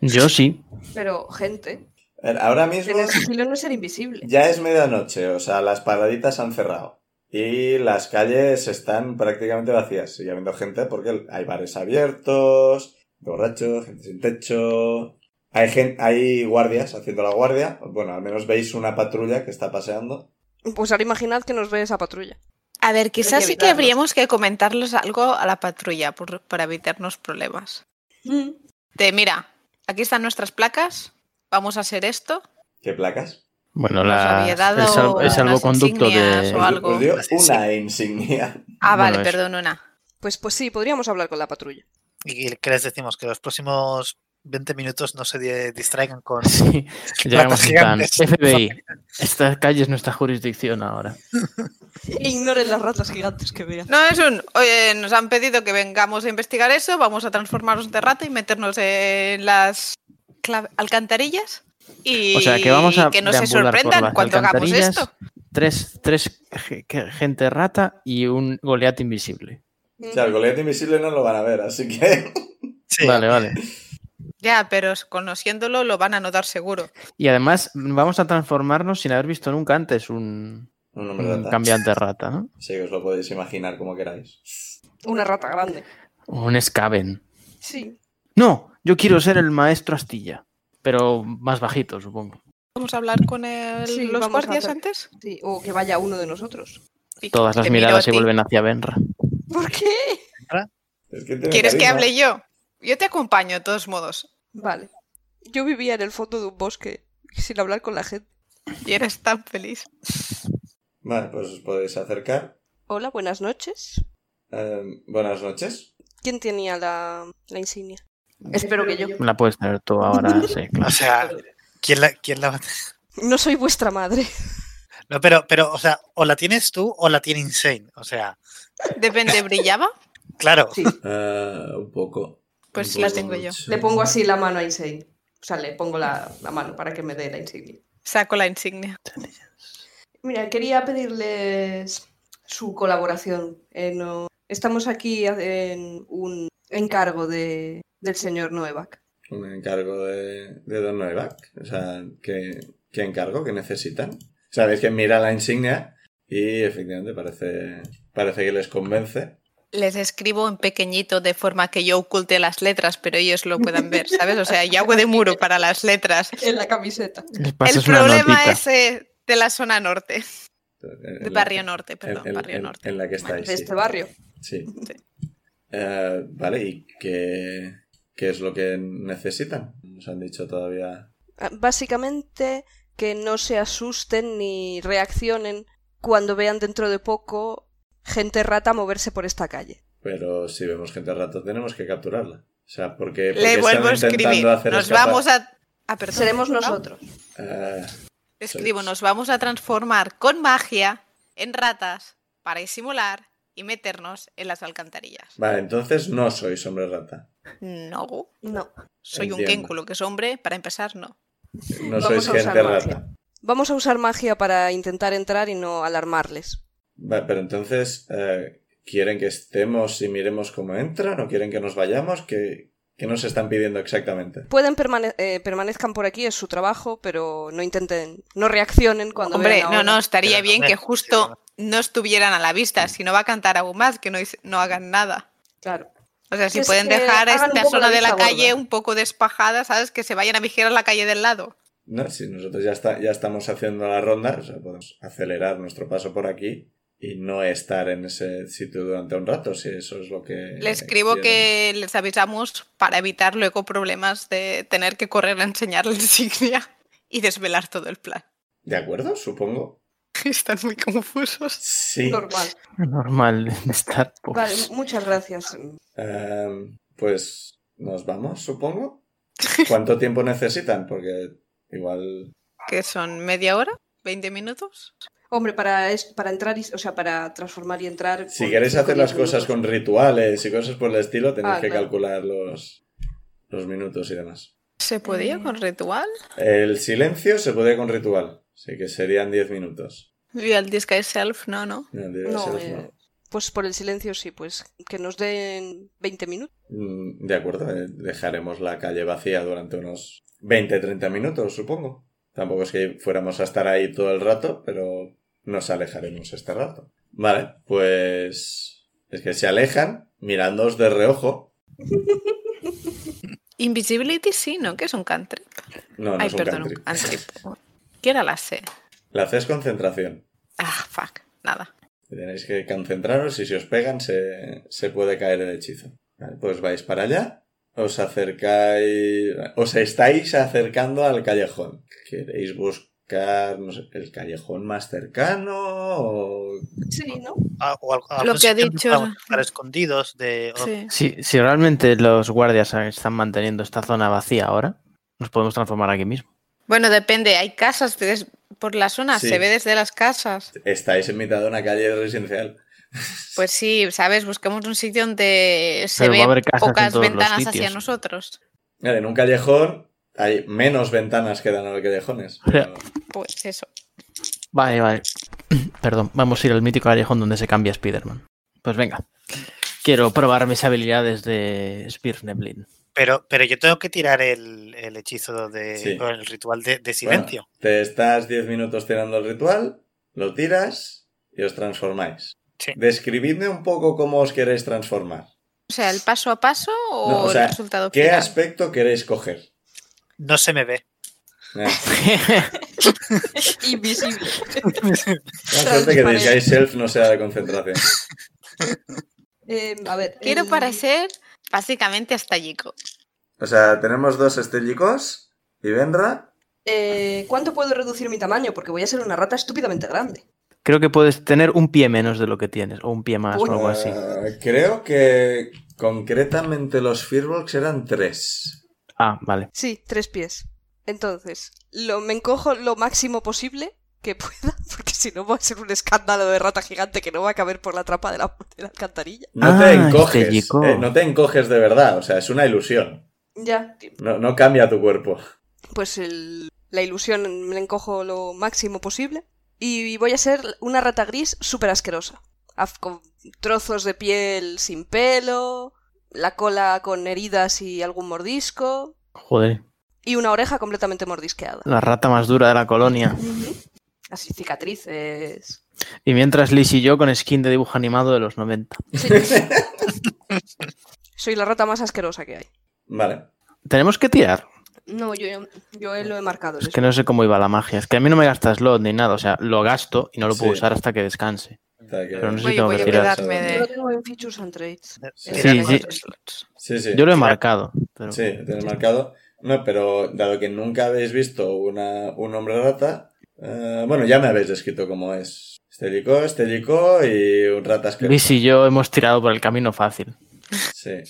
Yo sí.
Pero gente,
A ver, Ahora mismo
tener sigilo no es ser invisible.
ya es medianoche, o sea, las paraditas han cerrado. Y las calles están prácticamente vacías. Sigue habiendo gente porque hay bares abiertos, borrachos, gente sin techo. Hay, gen- hay guardias haciendo la guardia. Bueno, al menos veis una patrulla que está paseando.
Pues ahora imaginad que nos ve esa patrulla.
A ver,
Hay que
quizás sí que
evitarlos.
habríamos que comentarles algo a la patrulla por- para evitarnos problemas.
Mm.
De mira, aquí están nuestras placas, vamos a hacer esto.
¿Qué placas?
Bueno,
Nos
las-
había
el, sal-
dado
el
unas
salvoconducto
insignias o
de.
Os,
algo.
os dio
Sí, sí.
una insignia.
Ah,
Bueno,
vale,
eso.
perdón, una.
Pues, pues sí, podríamos hablar con la patrulla.
Y que les decimos que los próximos 20 minutos no se di- distraigan con
Sí, llegamos
platos
en plan,
gigantes.
FBI, esta calle es nuestra jurisdicción ahora.
E Ignoren las ratas gigantes que vean.
No es un. Oye, nos han pedido que vengamos a investigar eso, vamos a transformarnos de rata y meternos en las cla- alcantarillas. Y
O sea, que vamos a
que no se
deambular por
sorprendan
las
cuando hagamos
alcantarillas.
esto.
Tres, tres ge- ge- gente rata y un goleate invisible.
O sea, el Goliath invisible no lo van a ver, así que.
Sí,
Vale, vale.
Ya, pero conociéndolo lo van a notar seguro.
Y además vamos a transformarnos sin haber visto nunca antes un,
Un
un
hombre
Mm,
rata.
cambiante rata, ¿no?
Sí, os lo podéis imaginar como queráis.
Una rata grande.
Un Skaven.
Sí.
No, yo quiero ser el maestro Astilla, pero más bajito, supongo.
Vamos a hablar con el-
Sí,
los
vamos a
guardias
hacer-
antes.
Sí, o que vaya uno de nosotros.
Y
Todas las
te miro a
miradas se
ti.
vuelven hacia Benra.
¿Por qué?
Es que tiene
¿Quieres que
carisma.
hable yo? Yo te acompaño, de todos modos.
Vale. Yo vivía en el fondo de un bosque sin hablar con la gente.
Y eres tan feliz.
Vale, pues os podéis acercar.
Hola, buenas noches.
Eh, buenas noches.
¿Quién tenía la, la insignia? Espero que yo.
La puedes tener tú ahora, sí,
o
claro.
sea, ¿quién la, quién la va a tener?
No soy vuestra madre.
No, pero, pero, o sea, o la tienes tú o la tiene Insane. O sea,
Depende, brillaba.
claro,
Sí.
Eh, un poco.
Pues
Un
la
poco
tengo yo.
mucho.
Le pongo así la mano a Insane. O sea, le pongo la, la mano para que me dé la insignia.
Saco la insignia.
Mira, quería pedirles su colaboración. Eh, no- Estamos aquí en un encargo de, del señor Noevac.
Un encargo de, de Don Noivac. O sea, ¿qué, qué encargo? ¿Qué necesitan? Sabéis que mira la insignia y efectivamente parece, parece que les convence.
Les escribo en pequeñito de forma que yo oculte las letras, pero ellos lo puedan ver, ¿sabes? O sea, yo hago de muro para las letras.
En la camiseta.
Les
El
pasas una
problema
notita.
es eh, de la zona norte, de
El
Barrio Norte, perdón,
en, en-
Barrio
en-
Norte.
en la que estáis.
De
sí.
este barrio.
Sí. Eh, vale, ¿y qué, qué es lo que necesitan? Nos han dicho todavía.
Ah, Básicamente que no se asusten ni reaccionen cuando vean dentro de poco gente rata moverse por esta calle.
Pero si vemos gente al rato, tenemos que capturarla. O sea, porque. porque
Le
están
vuelvo a
intentando
escribir.
hacer
Nos
escapar.
vamos a... Ah, perdón.
Seremos
¿no?
nosotros.
Eh,
Le Escribo, nos vamos a transformar con magia en ratas para disimular y meternos en las alcantarillas.
vale, entonces no sois hombre rata.
No,
No.
soy un
Entiendo.
kenku, lo que es hombre, para empezar, no.
No
Vamos
sois
a usar
gente
magia.
rata.
Vamos a usar magia para intentar entrar y no alarmarles.
Vale, pero entonces, eh, ¿quieren que estemos y miremos cómo entran o quieren que nos vayamos? ¿Qué, qué nos están pidiendo exactamente?
Pueden permane- eh, permanezcan por aquí, es su trabajo, pero no intenten, no reaccionen cuando
Hombre,
vean
no, no, estaría
Pero,
bien
hombre,
que
sí, Mm.
justo no estuvieran a la vista. Si no va a cantar aún más, que no, hice- no hagan nada.
Claro.
O sea, si
Es
pueden
Pues que
dejar a
hagan
esta
un poco la
persona de la
vista
calle
gorda.
un poco despajada, ¿sabes? Que se vayan a vigilar la calle del lado.
No, si nosotros ya, está, ya estamos haciendo la ronda, o sea, podemos acelerar nuestro paso por aquí y no estar en ese sitio durante un rato, si eso es lo que...
Eh,
Le escribo
quieren.
que les avisamos para evitar luego problemas de tener que correr a enseñar la insignia y desvelar todo el plan.
¿De acuerdo? Supongo.
Están muy confusos.
Sí.
Normal.
Normal de estar. pues.
Vale, muchas gracias.
Em, pues nos vamos, supongo. ¿Cuánto tiempo necesitan? Porque igual...
¿Qué son? ¿Media hora? ¿20 minutos?
Hombre, para, es- para entrar, y, o sea, para transformar y entrar.
Si
con
queréis
cinco
hacer las
minutos.
cosas con rituales y cosas por el estilo, tenéis
Ah,
que
claro.
calcular los, los minutos y demás.
¿Se podía
Eh.
con ritual?
El silencio se podía con ritual, así que serían 10 minutos.
Y al Disguise Self, no, no.
No, debe
No,
ser,
eh,
no.
Pues por el silencio sí, pues que nos den 20 minutos.
Mm, De acuerdo, eh, dejaremos la calle vacía durante unos 20-30 minutos, supongo. Tampoco es que fuéramos a estar ahí todo el rato, pero nos alejaremos este rato. Vale, pues es que se alejan mirándoos de reojo.
Invisibility sí, ¿no? Que es un cantrip.
No, no
Ay,
es un
perdón,
cantrip.
un cantrip. ¿Qué era la C?
La C es concentración.
Ah, fuck. Nada.
Tenéis que concentraros y si os pegan se, se puede caer el hechizo. Vale, pues vais para allá, os acercáis, os estáis acercando al callejón. Queréis bus- buscar no sé, el callejón más cercano o...
Sí, ¿no?
Ah, o al- a
Lo
algún
que ha
sitio
dicho-
para buscar escondidos de o-
Sí.
Si, si realmente los guardias están manteniendo esta zona vacía ahora, nos podemos transformar aquí mismo.
Bueno, depende. Hay casas des- por la zona,
Sí.
se ve desde las casas.
Estáis en mitad de una calle residencial.
Pues sí, ¿sabes? Buscamos un sitio donde se
Pero va a
ve
haber casas en
pocas
todos los
ventanas hacia
sitios.
nosotros.
Mira, en un callejón hay menos ventanas que dan a los callejones. pero-
Pues eso.
Vale, vale. Perdón, vamos a ir al mítico callejón donde se cambia Spider-Man. Pues venga. Quiero probar mis habilidades de Spear Neblin.
Pero, pero yo tengo que tirar el, el hechizo de
Sí.
o el ritual de, de silencio.
Bueno, te estás 10 minutos tirando el ritual, lo tiras y os transformáis.
Sí.
Describidme un poco cómo os queréis transformar.
O sea, el paso a paso o,
No, o sea,
el resultado
¿Qué
final.
aspecto queréis coger?
No se me ve.
Eh,
Invisible.
la suerte que
Transparente.
digáis self no sea de concentración.
Eh, a ver.
Quiero
el-
parecer básicamente hasta Yico.
O sea, tenemos dos estélicos y Vendra.
eh, ¿Cuánto puedo reducir mi tamaño? Porque voy a ser una rata estúpidamente grande.
Creo que puedes tener un pie menos de lo que tienes, o un pie más, o algo así.
Eh, creo que concretamente los Firbolgs eran tres.
Ah, vale.
Sí, tres pies. Entonces, lo, me encojo lo máximo posible que pueda, porque si no va a ser un escándalo de rata gigante que no va a caber por la trapa de la, de la alcantarilla.
No
Ah,
te encoges.
estélico.
eh, no te encoges de verdad. O sea, es una ilusión.
Ya,
No, no cambia tu cuerpo.
pues el- la ilusión me la encojo lo máximo posible y voy a ser una rata gris súper asquerosa. Af- Con trozos de piel sin pelo, la cola con heridas y algún mordisco
Joder,
y una oreja completamente mordisqueada.
la rata más dura de la colonia.
Así cicatrices.
Y mientras Liz y yo con skin de dibujo animado de los 90.
Sí. Soy la rata más asquerosa que hay.
Vale.
Tenemos que tirar.
No, yo, yo lo he marcado.
Es que no sé cómo iba la magia. Es que a mí no me gasta slot ni nada. O sea, lo gasto y no lo puedo
Sí.
usar hasta que descanse.
O sea, que-
Pero no sé si
Voy,
tengo
voy
que
a
tirar.
quedarme
Yo lo
de...
tengo en Features and Traits.
Sí,
Tirar
Sí,
cuatro
sí.
slots.
Sí, sí.
Yo lo he
Claro.
marcado. Pero...
Sí, lo tienes marcado. No, pero dado que nunca habéis visto una, un hombre rata, eh, bueno, ya me habéis descrito cómo es. Este Estélico, estélico y un rata
Luis
asqueroso.
y yo hemos tirado por el camino fácil.
Sí.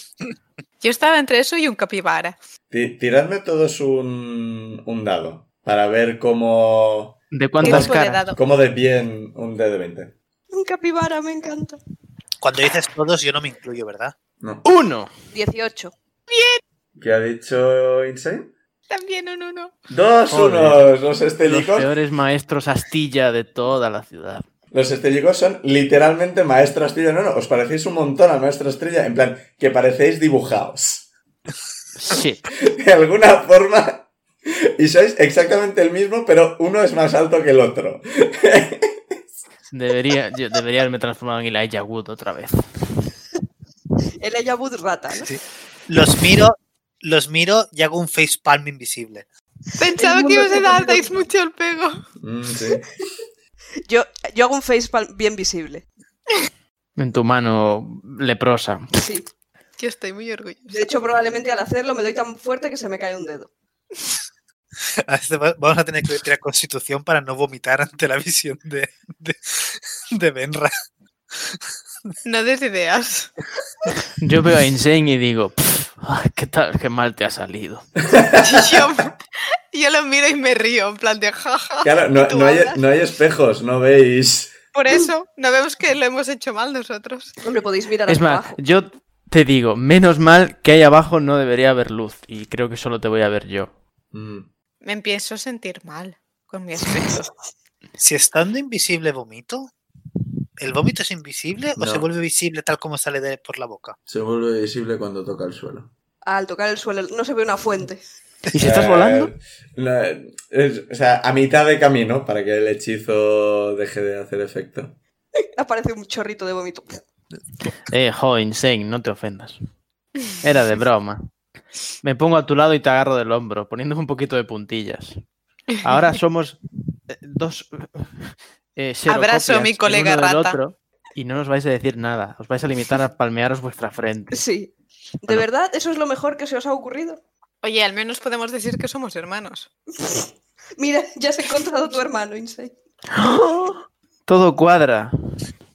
Yo estaba entre eso y un capibara.
Ti- Tiradme todos un, un dado para ver cómo,
¿De
¿Qué
cuántas
tipo de
caras?
dado?
cómo de bien un D de 20.
Un capibara, me encanta.
Cuando dices todos, yo no me incluyo, ¿verdad?
No.
¡Uno!
18.
¿Qué ha dicho Insane?
También un uno.
Dos
Joder.
unos, los
Los
estélicos.
peores maestros astilla de toda la ciudad.
Los estélicos son literalmente maestro estrella. No, no, os parecéis un montón al maestro estrella. En plan, que parecéis dibujados.
Sí.
de alguna forma y sois exactamente el mismo, pero uno es más alto que el otro.
Debería, yo debería haberme transformado en Elijah Wood otra vez.
El Ayabud rata, ¿no?
Los miro, los miro y hago un face palm invisible.
Pensaba
mundo
que ibas
se
a dar
convirtió-
dais mucho el pego.
Mm,
Yo, yo hago un facepalm bien visible.
En tu mano leprosa.
Sí.
Yo estoy muy orgullosa.
De hecho, probablemente al hacerlo me doy tan fuerte que se me cae un dedo.
A veces Este, va- Vamos a tener que tirar constitución para no vomitar ante la visión de, de, de Benra.
No des ideas.
Yo veo a Insane y digo, "Pff, ay, qué tal, qué mal te ha salido.
yo, yo lo miro y me río, en plan de jaja.
Claro, no,
Tú
no hay,
hablas.
no hay espejos, no veis.
Por eso, no vemos que lo hemos hecho mal nosotros.
Hombre, podéis mirar
Es
hacia
más,
abajo.
yo te digo, menos mal que ahí abajo no debería haber luz y creo que solo te voy a ver yo.
Mm,
Me empiezo a sentir mal con mi aspecto.
Si estando invisible vomito, ¿el vómito es invisible o se
No.
vuelve visible tal como sale de- por la boca?
Se vuelve visible cuando toca el suelo.
Al tocar el suelo no se ve una fuente.
¿Y si estás volando?
Eh, o sea, a mitad de camino para que el hechizo deje de hacer efecto.
Aparece un chorrito de vómito.
Eh, jo, Insane, no te ofendas. Era de broma. Me pongo a tu lado y te agarro del hombro, poniéndome un poquito de puntillas. Ahora somos eh, dos. eh,
Abrazo a mi
xerocopias el uno
colega
del
rata.
otro y no nos vais a decir nada. Os vais a limitar a palmearos vuestra frente.
Sí. ¿De
Bueno.
verdad eso es lo mejor que se os ha ocurrido?
Oye, al menos podemos decir que somos hermanos.
Mira, ya has encontrado a tu hermano, Insei.
¡Oh!
Todo cuadra.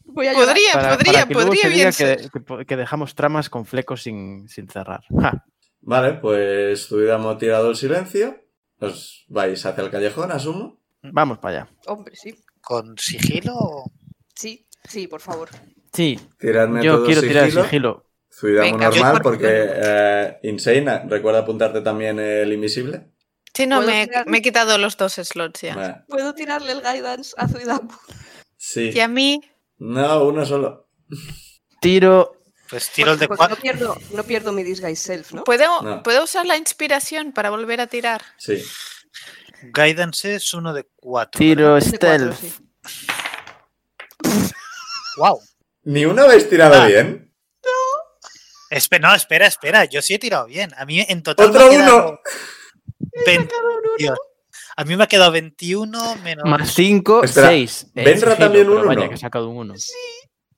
Voy a llorar.
Podría,
Para,
podría,
para que luego
podría
se diga
bien
que-
ser.
que, po- que dejamos tramas con flecos sin, sin cerrar. Ja.
Vale, pues Zuidamo ha tirado el silencio. Os vais hacia el callejón, asumo.
Vamos para allá.
Hombre, sí.
¿Con sigilo? o-
Sí, sí, por favor.
Sí,
Tiradme
yo
todo
quiero
sigilo.
tirar sigilo.
Zuidamo
Venga,
normal,
yo-
porque eh, Insane, ah, recuerda apuntarte también el invisible.
Sí, no,
¿Puedo
me,
tirar?
me he quitado los dos slots ya.
Vale.
¿Puedo tirarle el guidance a Zuidamu?
Sí.
Y a mí,
No, uno solo.
Tiro.
Pues tiro el de
Porque no
cuatro.
pierdo, no pierdo mi disguise self, ¿no?
¿puedo,
No.
¿puedo usar la inspiración para volver a tirar?
Sí.
Guidance es uno de cuatro.
Tiro
Es de cuatro,
Pues stealth.
sí.
¡Wow!
Ni uno habéis tirado
Ah.
bien.
Espera, no, espera, espera. Yo sí he tirado bien. A mí en total. me
¡Otro
ha quedado
uno!
20. Dios. A mí me ha quedado 21 menos.
Más 5,
Espera,
6.
Benra también un
Vaya,
uno.
que he sacado un 1.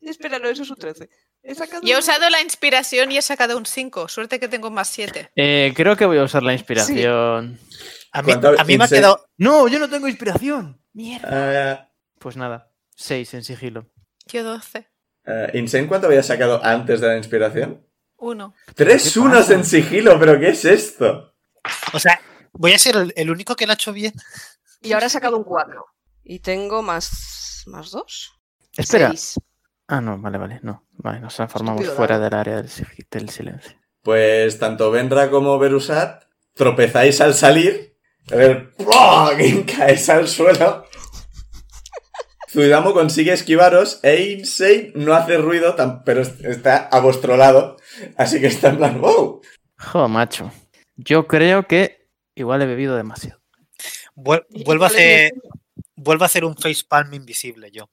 Espera, no, eso es un 13. He sacado
Yo he
un-
usado la inspiración y he sacado un 5. Suerte que tengo más 7.
Eh, creo que voy a usar la inspiración.
A mí,
¿Cuánto?
a mí me ha
15.
quedado.
No, yo no tengo inspiración. Mierda.
Ah,
Pues nada, 6 en sigilo.
Yo 12.
eh, Insane, ¿cuánto habías sacado antes de la inspiración?
1.
Tres
¿Qué
unos
pasa?
en sigilo, pero ¿qué es esto?
O sea, voy a ser el, el único que lo ha hecho bien.
Y ahora he sacado un 4. Y tengo más. ¿Más 2?
Espera. Ah, no, vale, vale, no. Vale, nos transformamos
Estúpido
fuera
dado.
del área del, sig- del silencio.
Pues tanto Benra como Berusat tropezáis al salir. A ver, ¡pum! caes al suelo. Zuidamo consigue esquivaros e Insane no hace ruido, tan- pero es- está a vuestro lado. Así que está en plan, ¡wow!
Jo, macho. Yo creo que igual he bebido demasiado.
Vuel- vuelvo, a hacer, vuelvo a hacer un face palm invisible yo.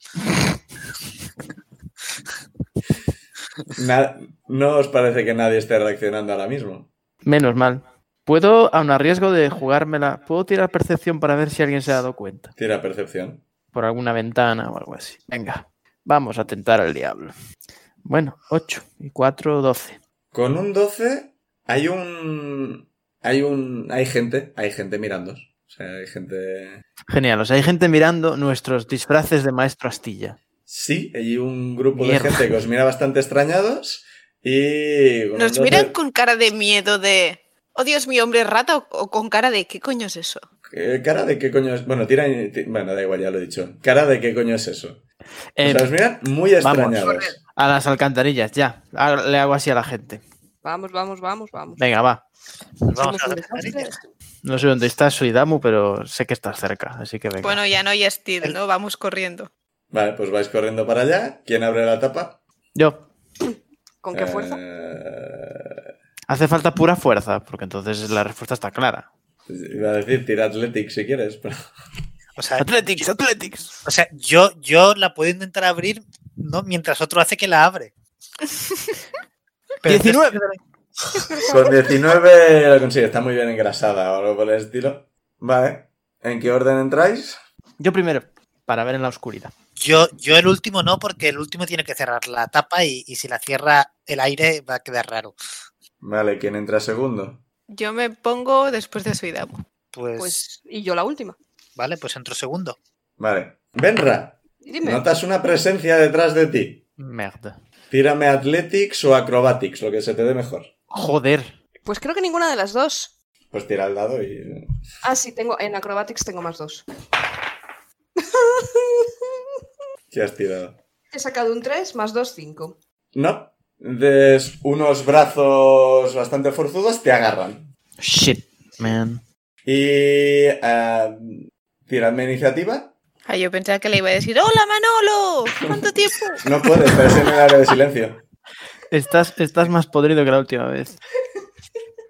Na- no os parece que nadie esté reaccionando ahora mismo.
Menos mal. Puedo, aun a riesgo de jugármela, puedo tirar percepción para ver si alguien se ha dado cuenta.
Tira percepción.
Por alguna ventana o algo así. Venga, vamos a tentar al diablo. Bueno, 8 y 4, 12.
Con un 12 hay un... Hay un... Hay gente. Hay gente mirando. O sea, hay gente...
Genial, o sea, hay gente mirando nuestros disfraces de maestro Astilla.
Sí, hay un grupo
Mierda.
de gente que os mira bastante extrañados y... con un
Nos
12
miran con cara de miedo de... Oh, Dios mío, hombre rata, o, o con cara de... ¿Qué coño es eso?
eh, Cara de qué coño es... Bueno, tira... ti- Bueno, da igual, ya lo he dicho. Cara de qué coño es eso. o
Eh,
sea, os miran muy
vamos.
extrañados.
a las alcantarillas, ya. Ha- Le hago así a la gente.
Vamos, vamos, vamos, vamos.
Venga, va.
Nos Pues vamos
Somos
a
un
hacer
desastre.
cariño.
No sé dónde está Suidamu, pero sé que estás cerca, así que venga.
Bueno, ya no hay Steve, ¿no? Vamos corriendo.
Vale, pues vais corriendo para allá. ¿Quién abre la tapa?
Yo,
¿Con qué fuerza?
Eh,
hace falta pura fuerza, porque entonces la respuesta está clara.
Iba a decir, tira Athletics si quieres, pero...
O sea,
Athletics, Athletics.
o sea, yo, yo la puedo intentar abrir ¿no? mientras otro hace que la abre. Pero entonces-
19.
Con 19 lo consigue, está muy bien engrasada o algo por el estilo. Vale. ¿En qué orden entráis?
Yo primero, para ver en la oscuridad.
Yo, yo el último no, porque el último tiene que cerrar la tapa y, y si la cierra el aire va a quedar raro.
Vale, ¿quién entra segundo?
Yo me pongo después de Suidamu.
Eh,
Pues,
Pues. Y yo la última.
vale, pues entro segundo.
Vale. Benra,
Dime.
notas una presencia detrás de ti.
Merda.
Tírame Athletics o Acrobatics, lo que se te dé mejor.
Joder.
Pues creo que ninguna de las dos.
Pues tira al dado y...
Ah, sí, tengo. En Acrobatics tengo más 2.
¿Qué has tirado?
He sacado un 3, más 2, 5.
No. Des unos brazos bastante forzudos te agarran.
Shit, man.
Y... ah, tiradme iniciativa.
Ah, yo pensaba que le iba a decir, ¡Hola, Manolo! ¿Cuánto tiempo?
No puedes, pero es en el área de silencio.
Estás, estás más podrido que la última vez.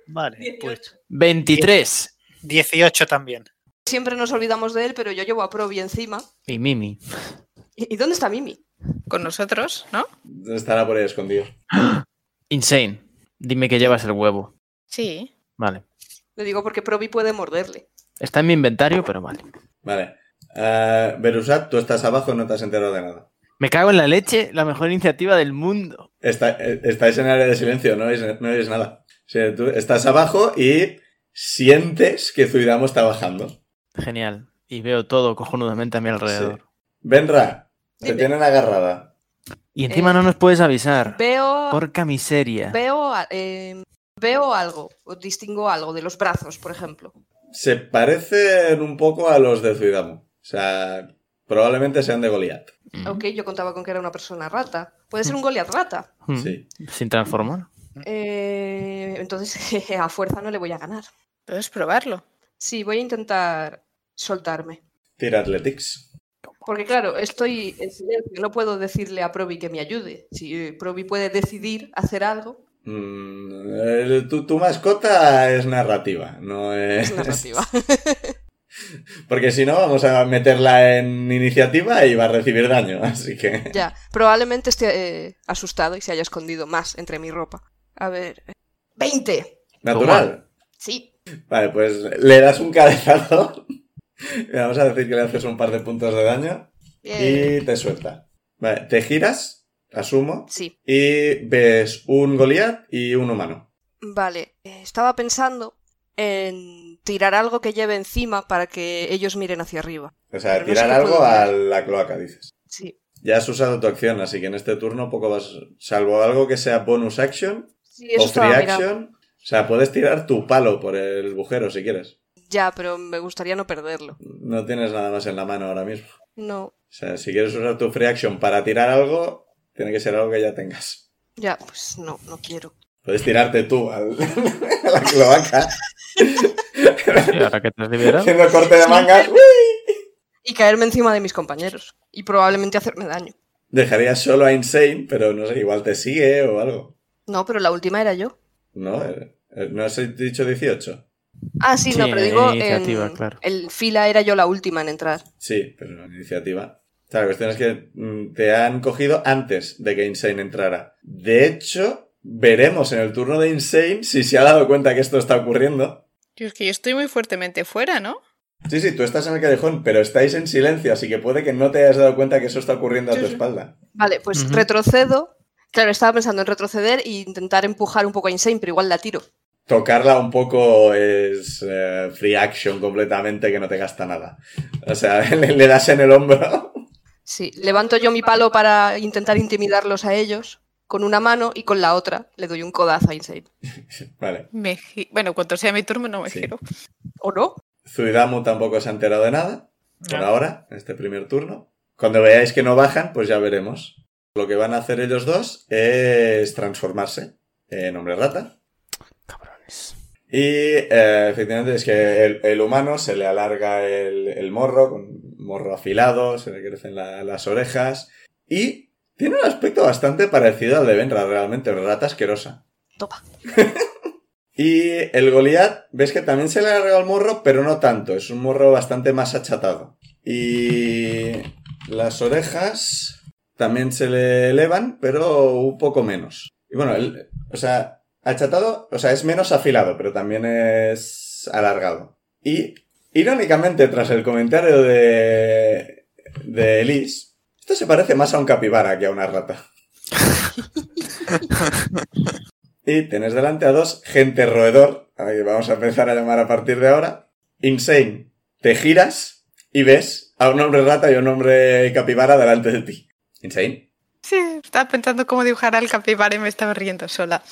Vale, pues
23.
18 también.
Siempre nos olvidamos de él, pero yo llevo a Probi encima.
Y Mimi.
¿Y, y dónde está Mimi?
Con nosotros, ¿no?
Estará por ahí escondido.
Insane. Dime que llevas el huevo.
Sí.
Vale.
Lo digo porque Probi puede morderle.
Está en mi inventario, pero vale.
Vale. Ah, Berusat, tú estás abajo, no te has enterado de nada.
Me cago en la leche, la mejor iniciativa del mundo.
Está- eh, estáis en área de silencio, no oís, no oís nada. O sea, tú estás abajo y sientes que Zuidamo está bajando.
Genial. Y veo todo cojonudamente a mi alrededor.
Benra, te
Dime.
tienen agarrada.
Y encima
Eh,
no nos puedes avisar.
Veo,
Porca miseria.
veo, a- eh, veo algo, o distingo algo de los brazos, por ejemplo.
Se parecen un poco a los de Zuidamo. O sea, probablemente sean de Goliath.
Mm.
Ok, yo contaba con que era una persona rata. Puede ser un Goliath rata.
Mm.
Sí.
Sin transformar.
Eh, entonces, jeje, a fuerza no le voy a ganar.
Puedes probarlo.
Sí, voy a intentar soltarme.
Tira Athletics.
Porque claro, estoy en silencio, no puedo decirle a Probi que me ayude. Si eh, Probi puede decidir hacer algo,
Mm, el- tu, tu mascota es narrativa, no es...
es narrativa.
Porque si no, vamos a meterla en iniciativa y va a recibir daño, así que...
ya, probablemente esté eh, asustado y se haya escondido más entre mi ropa. A ver, eh, 20.
Natural.
Sí.
Vale, pues le das un cabezazo. Y Vamos a decir que le haces un par de puntos de daño
Bien.
y te suelta. Vale, te giras, asumo,
Sí.
y ves un Goliath y un humano.
Vale, eh, estaba pensando en tirar algo que lleve encima para que ellos miren hacia arriba.
O sea,
Pero no sé
tirar
qué
algo
puedo
a
tirar.
la cloaca, dices.
Sí.
Ya has usado tu acción, así que en este turno poco vas... Salvo algo que sea bonus action
Sí, eso
o
estaba
free
mirando.
action. O sea, puedes tirar tu palo por el agujero si quieres.
Ya, pero me gustaría no perderlo.
No tienes nada más en la mano ahora mismo.
No,
O sea, si quieres usar tu free action para tirar algo, tiene que ser algo que ya tengas.
ya, pues no, no quiero.
Puedes tirarte tú al- a la cloaca
Sí, ahora que te has liberado.
haciendo corte de Uh. mangas. ¡uy!
Y caerme encima de mis compañeros. Y probablemente hacerme daño.
Dejarías solo a Insane, pero no sé, igual te sigue o algo.
No, pero la última era yo.
¿No? Eh, eh, ¿No has dicho 18?
Ah, sí, no,
Sí,
pero digo.
iniciativa,
en,
claro.
en fila era yo la última en entrar.
Sí, pero en iniciativa. O sea, la cuestión es que mm, te han cogido antes de que Insane entrara. De hecho, veremos en el turno de Insane si se ha dado cuenta que esto está ocurriendo.
Yo es que yo estoy muy fuertemente fuera, ¿no?
Sí, sí, tú estás en el callejón, pero estáis en silencio, así que puede que no te hayas dado cuenta que eso está ocurriendo a
Sí,
tu
sí.
espalda.
Vale, pues
Ujú.
retrocedo. Claro, estaba pensando en retroceder e intentar empujar un poco a Insane, pero igual la tiro.
Tocarla un poco es eh, free action completamente que no te gasta nada. O sea, le, le das en el hombro.
Sí, levanto yo mi palo para intentar intimidarlos a ellos con una mano y con la otra le doy un codazo a Insane.
Vale.
Me gi- Bueno, cuando sea mi turno no me
Sí.
giro.
¿O no?
Zuidamu tampoco se ha enterado de nada, por ahora, en este primer turno. Cuando veáis que no bajan, pues ya veremos. Lo que van a hacer ellos dos es transformarse en hombre rata.
Cabrones.
Y eh, efectivamente es que el, el humano se le alarga el, el morro, con morro afilado, se le crecen la- las orejas y tiene un aspecto bastante parecido al de Benra, realmente, una rata asquerosa.
Topa.
y el Goliath, ves que también se le alarga el morro, pero no tanto, es un morro bastante más achatado. Y las orejas también se le elevan, pero un poco menos. Y bueno, el- o sea, Achatado, o sea, es menos afilado, pero también es alargado. Y, irónicamente, tras el comentario de, de Elise, esto se parece más a un capibara que a una rata. y tenés delante a dos gente roedor, a la que vamos a empezar a llamar a partir de ahora. Insane, te giras y ves a un hombre rata y a un hombre capibara delante de ti. Insane,
Sí, estaba pensando cómo dibujar al capibara y me estaba riendo sola.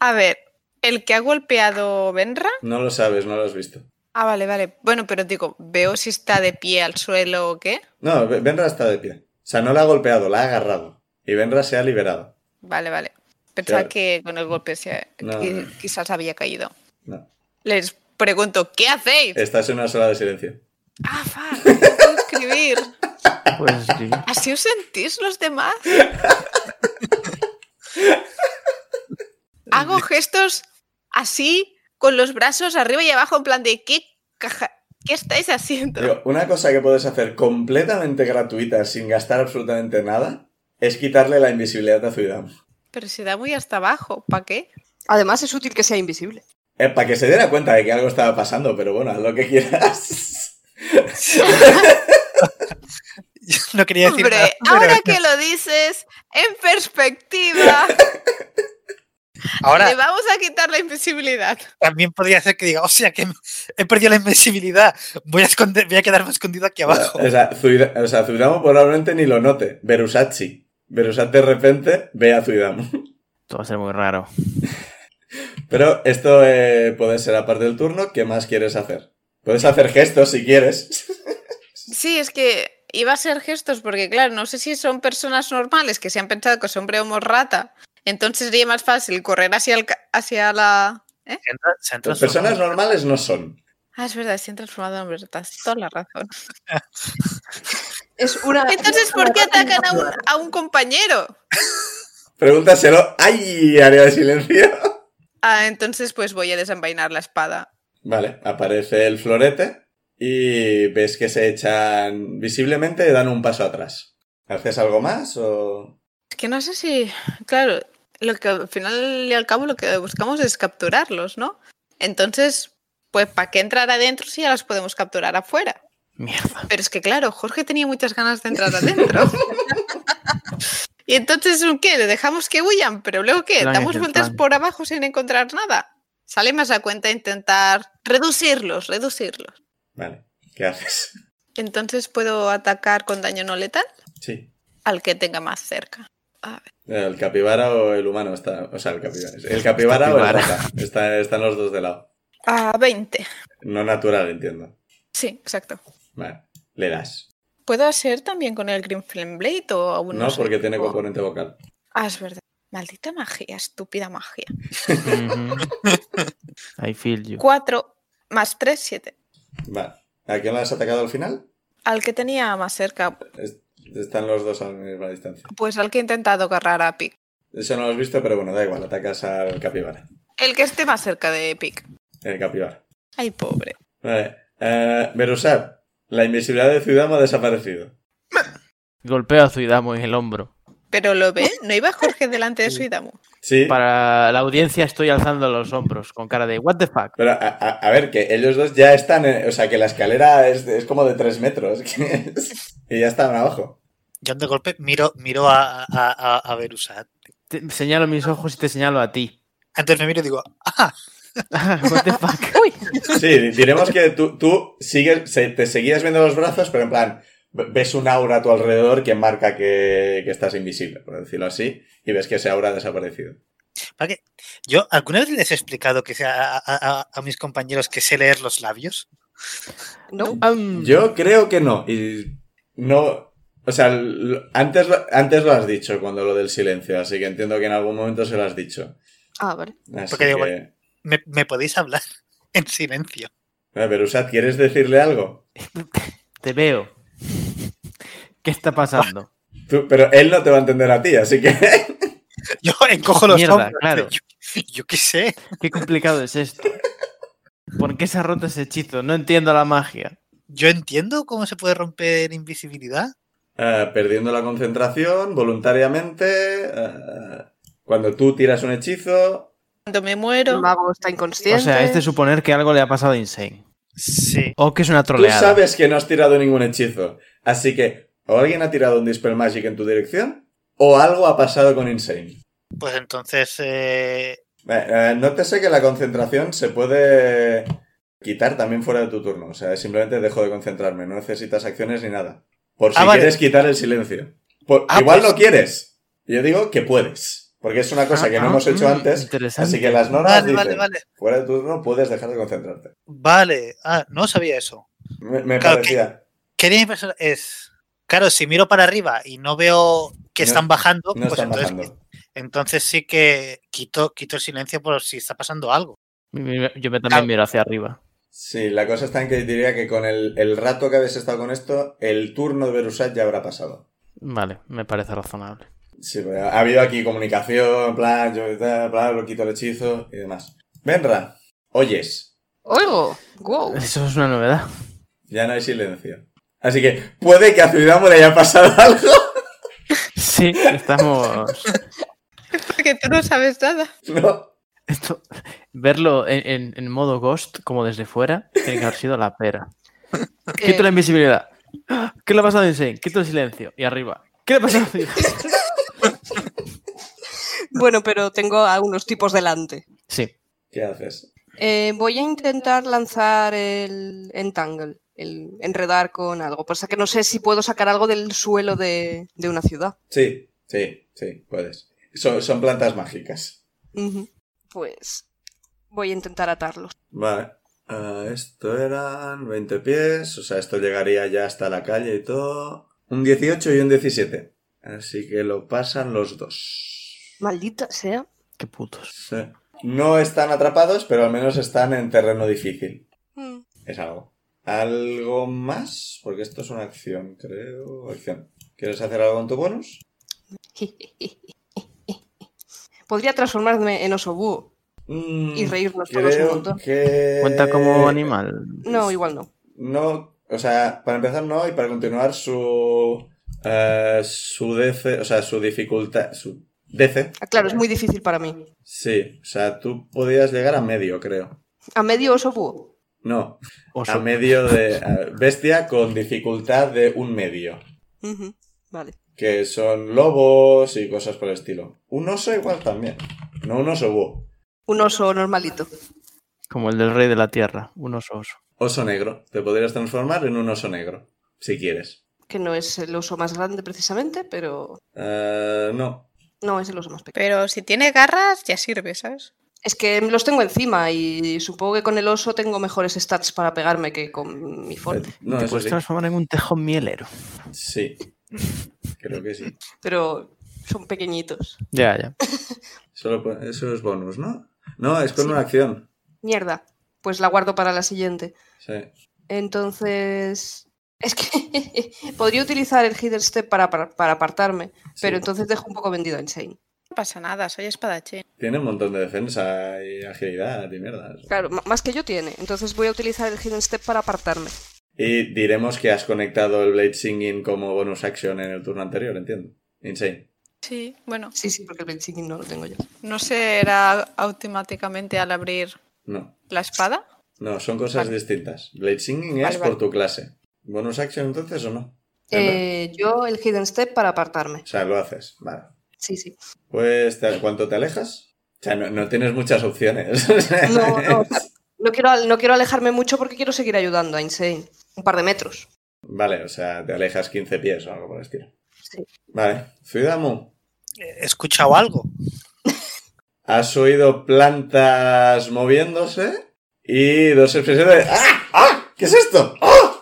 A ver, el que ha golpeado Benra.
no lo sabes, no lo has visto.
Ah, vale, vale. Bueno, pero digo, veo si está de pie al suelo o qué.
No, Be- Benra está de pie. O sea, no la ha golpeado, la ha agarrado. Y Benra se ha liberado.
Vale, vale. Pensaba
Claro.
que con el golpe se,
No,
qui-
no.
quizás había caído.
No. Eh.
Les pregunto, ¿qué hacéis?
Estás en una sala de silencio.
Ah, fuck, no puedo escribir.
Pues sí.
¿Así os sentís los demás? Hago gestos así, con los brazos arriba y abajo, en plan de ¿qué, caja- qué estáis haciendo?
Digo, una cosa que puedes hacer completamente gratuita sin gastar absolutamente nada es quitarle la invisibilidad a Zuidam.
Pero se da muy hasta abajo, ¿para qué?
Además es útil que sea invisible.
Eh, Para que se diera cuenta de que algo estaba pasando, pero bueno, haz lo que quieras.
Yo no quería decir nada,
Hombre,
pero-
ahora que lo dices, en perspectiva.
Ahora,
Le vamos a quitar la invisibilidad.
también podría ser que diga, o sea, que he perdido la invencibilidad. Voy a, esconder, voy a quedarme escondido aquí abajo.
O sea, Zuida- o sea, Zuidamo probablemente ni lo note. Verusat sí. Verusat de repente ve a Zuidamo.
Esto va a ser muy raro.
Pero esto eh, puede ser aparte del turno. ¿Qué más quieres hacer? Puedes hacer gestos si quieres.
Sí, es que iba a ser gestos porque, claro, no sé si son personas normales que se han pensado que es hombre o morrata. Entonces sería más fácil correr hacia, el ca- hacia la... ¿Eh?
Se han tra- se han
Las
transformado.
personas normales no son.
Ah, es verdad, se han transformado en hombres ratas. Toda la razón.
Es una.
Entonces, ¿por qué atacan a un, a un compañero?
Pregúntaselo. ¡Ay! Área de silencio.
Ah, entonces pues voy a desenvainar la espada.
Vale, aparece el florete y ves que se echan visiblemente y dan un paso atrás. ¿Haces algo más o...?
Es que no sé si, claro, lo que al final y al cabo lo que buscamos es capturarlos, ¿no? Entonces, pues ¿para qué entrar adentro si ya los podemos capturar afuera?
Mierda.
Pero es que claro, Jorge tenía muchas ganas de entrar adentro. y entonces, ¿qué? Le dejamos que huyan, pero luego ¿qué?
Plan es
Damos
el
vueltas
plan.
por abajo sin encontrar nada. Sale más a cuenta intentar reducirlos, reducirlos.
Vale, ¿qué haces?
Entonces puedo atacar con daño no letal
Sí.
al que tenga más cerca.
El capibara o el humano está... O sea, el capibara. El capibara o el
Capibara.
rata. Está, están los dos de lado.
A 20.
No natural, entiendo.
Sí, exacto.
Vale, le das.
¿Puedo hacer también con el Green Flame Blade o aún
No,
sé?
porque tiene
O-
componente vocal.
Ah, es verdad. Maldita magia, estúpida magia.
Ujú. I feel you.
4 más 3, 7.
Vale. ¿A quién lo has atacado al final?
Al que tenía más cerca,
Es- Están los dos a la misma distancia.
pues al que he intentado agarrar a Pic.
Eso no lo has visto, pero bueno, da igual. Atacas al capibara.
El que esté más cerca de Pic.
El capibara.
Ay, pobre.
Vale. Eh, Berusat, la invisibilidad de Ciudadamo ha desaparecido.
Golpeo a Zuidamo en el hombro.
Pero lo ve, no iba Jorge delante de Suidamu.
Sí.
Para la audiencia estoy alzando los hombros con cara de what the fuck.
Pero a, a- a ver, que ellos dos ya están. en- o sea, que la escalera es, es como de tres metros. que es- y ya están abajo.
Yo de golpe miro, miro a, a, a, a Verusat.
Te- señalo mis ojos y te señalo a ti.
Antes me miro y digo, ah,
what the fuck.
Sí, diremos que tú, tú sigues, se- te seguías viendo los brazos, pero en plan, ve- ves un aura a tu alrededor que marca que, que estás invisible, por decirlo así, y ves que ese aura ha desaparecido.
¿para qué? Yo alguna vez les he explicado que sea a, a- a- a mis compañeros que sé leer los labios.
No.
Am.
Yo creo que no. Y no. O sea, l- antes, lo- antes lo has dicho cuando lo del silencio, así que entiendo que en algún momento se lo has dicho.
Ah, vale.
Así
Porque digo, eh.
que-
Me, me podéis hablar en silencio.
Eh, Berusat, ¿quieres decirle algo?
Te veo. ¿Qué está pasando?
Tú- pero él no te va a entender a ti, así que.
Yo encojo los
Mierda,
hombros.
claro.
Yo, yo qué sé.
Qué complicado es esto. ¿Por qué se ha roto ese hechizo? No entiendo la magia.
Yo entiendo cómo se puede romper invisibilidad.
Eh, perdiendo la concentración voluntariamente. eh, cuando tú tiras un hechizo.
Cuando me
El
muero,
mago está inconsciente.
O sea, este es suponer que algo le ha pasado a Insane.
Sí.
O que es una
Tú
troleada.
sabes que no has tirado ningún hechizo. Así que, o alguien ha tirado un Dispel Magic en tu dirección, o algo ha pasado con Insane.
Pues entonces eh,
Eh, eh, nótese que la concentración se puede quitar también fuera de tu turno. O sea, simplemente dejo de concentrarme. No necesitas acciones ni nada. Por si
Ah, vale.
quieres quitar el silencio. Por-
Ah,
igual
pues-
no quieres. Yo digo que puedes. Porque es una cosa que no
Ah,
hemos
ah,
hecho
mm,
antes.
interesante.
Así que las normas
Vale,
dicen,
vale, vale.
fuera de tu turno puedes dejar de concentrarte.
Vale, ah, no sabía eso.
Me, me
Claro que-
parecía.
Quería empezar es. Claro, si miro para arriba y no veo que
No-
están bajando,
No
pues
están
entonces,
bajando.
entonces sí que quito, quito el silencio por si está pasando algo.
Yo me
Claro.
también miro hacia arriba.
Sí, la cosa está en que diría que con el, el rato que habéis estado con esto, el turno de Berusat ya habrá pasado.
Vale, me parece razonable.
Sí, pero ha habido aquí comunicación, plan, yo tal, plan, lo quito el hechizo y demás. Benra, oyes,
Oigo. Wow.
Eso es una novedad.
ya no hay silencio. Así que puede que a Ciudadamo le haya pasado algo.
Sí, estamos.
porque tú no sabes nada.
No,
Esto, verlo en, en- en modo ghost, como desde fuera, tiene que haber sido la pera. Quito la invisibilidad. ¡Ah! ¿Qué le ha pasado a Insane? Quito el silencio. Y arriba. ¿Qué le ha pasado a Insane?
Bueno, pero tengo a unos tipos delante.
Sí.
¿Qué haces?
Eh, voy a intentar lanzar el entangle, el enredar con algo. Pasa que no sé si puedo sacar algo del suelo de, de una ciudad.
Sí, sí, sí, puedes. Son, son plantas mágicas.
Ujú. Pues voy a intentar atarlos.
Vale. Ah, esto eran 20 pies, o sea, esto llegaría ya hasta la calle y todo. Un 18 y un 17. Así que lo pasan los dos.
Maldita sea.
Qué putos.
Sí. No están atrapados, pero al menos están en terreno difícil.
Mm.
Es algo. ¿Algo más? Porque esto es una acción, creo. Acción. ¿Quieres hacer algo con tu bonus?
Podría transformarme en oso búho
Mm,
y reírnos todos un
creo
montón.
que...
Cuenta
Eh,
como animal.
No, igual no.
No, o sea, para empezar no, y para continuar su. eh, su DC, o sea, su dificultad. Su DC.
Ah, Claro, es muy difícil para mí.
Sí, o sea, tú podías llegar a medio, creo.
A medio oso búho.
No, a
Oso.
medio de. a bestia con dificultad de un medio.
Ujú, Vale.
Que son lobos y cosas por el estilo. Un oso igual también. No un oso búho.
Un oso normalito.
Como el del rey de la tierra. Un oso oso.
Oso negro. Te podrías transformar en un oso negro. Si quieres.
Que no es el oso más grande precisamente, pero.
Eh, no.
No, es el oso más pequeño.
Pero si tiene garras, ya sirve, ¿sabes?
Es que los tengo encima y supongo que con el oso tengo mejores stats para pegarme que con mi forma.
No,
Te
Ah, eso
puedes
sí.
transformar en un tejón mielero.
Sí. Creo que sí.
Pero son pequeñitos.
Ya, ya.
Solo po- eso es bonus, ¿no? No, es con una acción.
Mierda. Pues la guardo para la siguiente.
Sí.
Entonces. Es que podría utilizar el Hidden Step para, para, para apartarme, pero
Sí.
entonces dejo un poco vendido a Insane.
No pasa nada, soy espadachín.
Tiene un montón de defensa y agilidad y mierdas.
Claro, m- más que yo tiene. Entonces voy a utilizar el Hidden Step para apartarme.
Y diremos que has conectado el Blade Singing como bonus action en el turno anterior, entiendo. Insane.
Sí, bueno,
Sí, sí, porque el Blade Seeking no lo tengo yo.
no se era automáticamente al abrir
No.
la espada.
No, son cosas
Vale.
distintas. Blade Singing
Vale,
es
vale.
por tu clase. ¿Bonus action entonces o no?
Eh, yo el Hidden Step para apartarme.
O sea, lo haces. Vale.
Sí, sí.
Pues, ¿te- ¿cuánto te alejas? O sea, no, no tienes muchas opciones.
No, no, o sea, no quiero, al- no quiero alejarme mucho porque quiero seguir ayudando a Insane. Un par de metros.
Vale, o sea, te alejas 15 pies o algo por el estilo.
Sí.
Vale. Zuidamu.
He escuchado algo.
Has oído plantas moviéndose y dos expresiones de ¡Ah! ¡Ah! ¿Qué es esto? ¡Ah!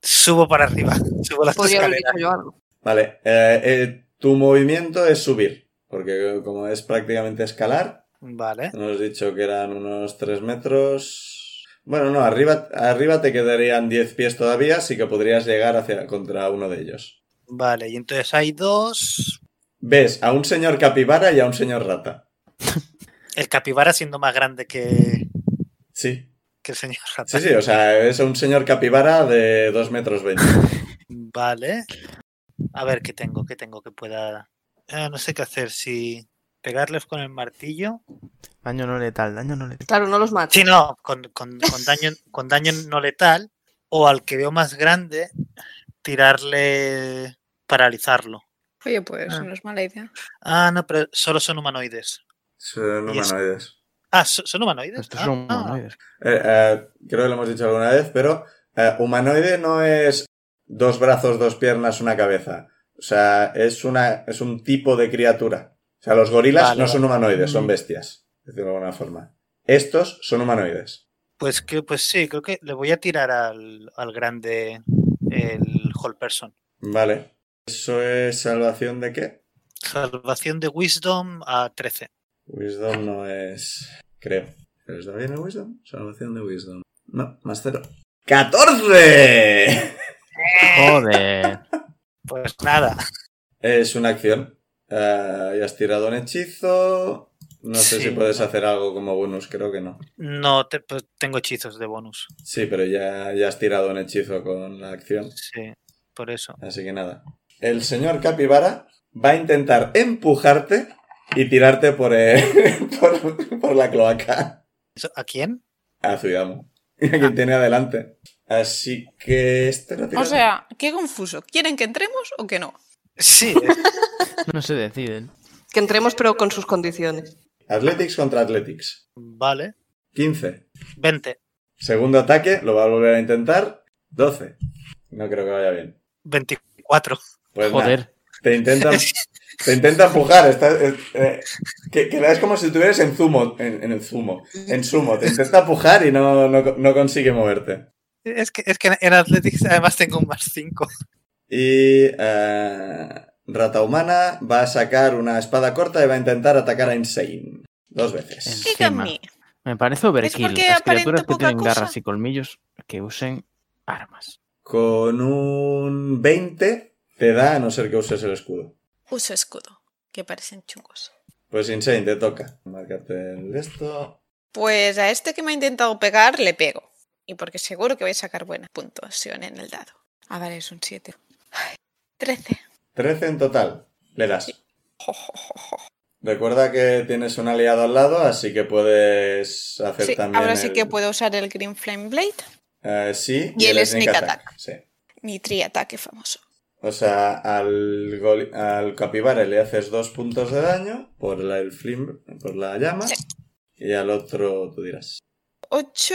Subo para arriba. Subo las
Podría haber
escaleras.
dicho yo algo.
Vale, eh, eh, tu movimiento es subir, porque como es prácticamente escalar,
Vale.
hemos dicho que eran unos 3 metros. Bueno, no, arriba, arriba te quedarían 10 pies todavía, así que podrías llegar hacia, contra uno de ellos.
Vale, y entonces hay dos.
Ves a un señor capibara y a un señor rata.
El capibara siendo más grande que,
Sí,
que el señor
sí,
rata.
sí, o sea, es un señor capibara de 2 metros 20.
Vale. A ver qué tengo, qué tengo que pueda. Eh, no sé qué hacer. Si pegarles con el martillo.
Daño no letal, daño no letal.
Claro, no los mato.
Sí, no, con, con- con daño, con daño no letal. O al que veo más grande, tirarle. paralizarlo.
Oye, pues
Ah.
no es mala idea.
Ah, no, pero solo son humanoides.
Son
Y es-
humanoides.
Ah, ¿so- ¿son humanoides?
Estos
Ah,
son
ah.
humanoides.
Eh, eh, creo que lo hemos dicho alguna vez, pero eh, humanoide no es dos brazos, dos piernas, una cabeza. O sea, es, una, es un tipo de criatura. O sea, los gorilas
Vale,
no son
vale.
humanoides, son
Mm.
bestias, de decirlo de alguna forma. Estos son humanoides.
Pues que, pues sí, creo que le voy a tirar al, al grande el whole person.
Vale. ¿Eso es salvación de qué?
Salvación de Wisdom a 13.
Wisdom no es... Creo. ¿Les da bien el Wisdom? Salvación de Wisdom. No, más cero. ¡14!
Joder.
Pues nada.
Es una acción. Ah, ya has tirado un hechizo. No sé
Sí.
si puedes hacer algo como bonus, creo que no.
No te- pues tengo hechizos de bonus.
Sí, pero ya, ya has tirado un hechizo con la acción.
Sí, por eso.
Así que nada. El señor Capibara va a intentar empujarte y tirarte por, eh, por, por la cloaca Ah,
¿Eso- ¿A quién?
a Zuidamo. A quien tiene adelante. Así que este no tiene.
O sea, qué confuso. ¿Quieren que entremos o que no?
Sí, es-
Pues
No se deciden.
Que Que entremos, pero con sus condiciones.
Athletics contra Athletics.
Vale.
15.
20.
Segundo ataque, lo va a volver a intentar. 12. No creo que vaya bien.
24.
Pues nada,
Joder.
te intenta, te intenta empujar. está- eh, eh, que, que es como si estuvieras en zumo. En, en el zumo. En sumo. Te intenta empujar y no, no, no consigue moverte.
Es que, es que en Athletics además tengo un más 5.
Y eh, Rata Humana va a sacar una espada corta y va a intentar atacar a Insane. Dos veces.
¿Qué que a
Encima.
mí?
Me parece overkill.
porque
Las
aparento
criaturas que
poca
tienen garras
cosa.
y colmillos que usen armas.
Con un 20 te da a no ser que uses el escudo.
Uso escudo, que parecen chungos.
Pues Insane, te toca. Marcarte el esto.
Pues a este que me ha intentado pegar le pego. Y porque seguro que voy a sacar buena puntuación en el dado. Ah, vale, es un 7. 13.
13 en total. Le das. Recuerda que tienes un aliado al lado, así que puedes hacer
Sí,
también.
ahora sí
el-
que puedo usar el Green Flame Blade.
eh, sí,
Y el sneak
Sí.
Mi triataque famoso.
O sea, al, goli- al capibara le haces dos puntos de daño por la, el flim- por la llama.
Sí.
Y al otro, tú dirás,
8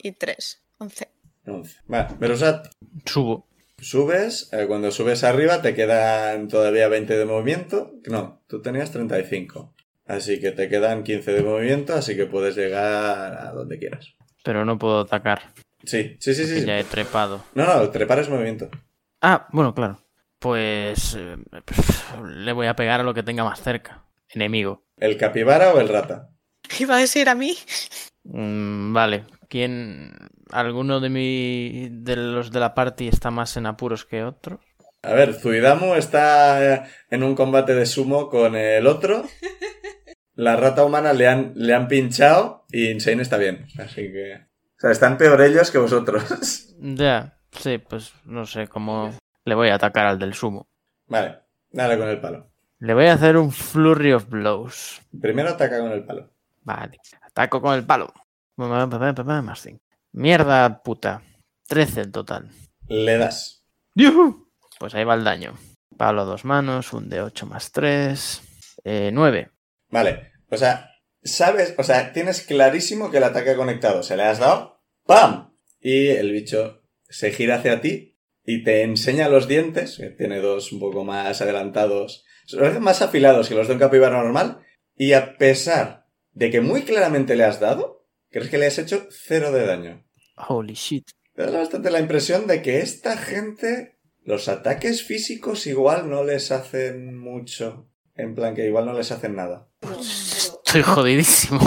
y 3. 11.
11. Vale, Berusat,
Subo.
subes. eh, cuando subes arriba te quedan todavía 20 de movimiento. No, tú tenías 35. Así que te quedan 15 de movimiento, así que puedes llegar a donde quieras.
Pero no puedo atacar.
Sí, sí, sí, sí.
que
sí.
ya he trepado.
No, no, trepar es movimiento.
Ah, bueno, claro. Pues, eh, pf, le voy a pegar a lo que tenga más cerca. Enemigo.
¿El capibara o el rata?
Iba a decir a mí.
Mm, vale. ¿Quién. alguno de mi. de los de la party está más en apuros que otro?
A ver, Zuidamu está eh, en un combate de sumo con el otro. La rata humana le han, le han pinchado y Insane está bien. Así que. O sea, están peor ellos que vosotros.
Ya, sí, pues no sé cómo. Le voy a atacar al del sumo.
vale, dale con el palo.
Le voy a hacer un flurry of blows.
Primero ataca con el palo.
Vale. Ataco con el palo. Pam, pam, pam, pam, Más cinco. Mierda puta. 13 en total.
Le das.
¡Yujú! Pues ahí va el daño. Palo a dos manos, un de 8 más eh, 3. 9.
Vale, o sea, sabes, o sea, tienes clarísimo que el ataque ha conectado. Se le has dado. ¡Pam! Y el bicho se gira hacia ti y te enseña los dientes. que Tiene dos un poco más adelantados. Se parecen más afilados que los de un capibara normal. Y a pesar de que muy claramente le has dado, crees que le has hecho cero de daño.
Holy shit.
Te da bastante la impresión de que esta gente, los ataques físicos igual no les hacen mucho. En plan que igual no les hacen nada.
Estoy jodidísimo.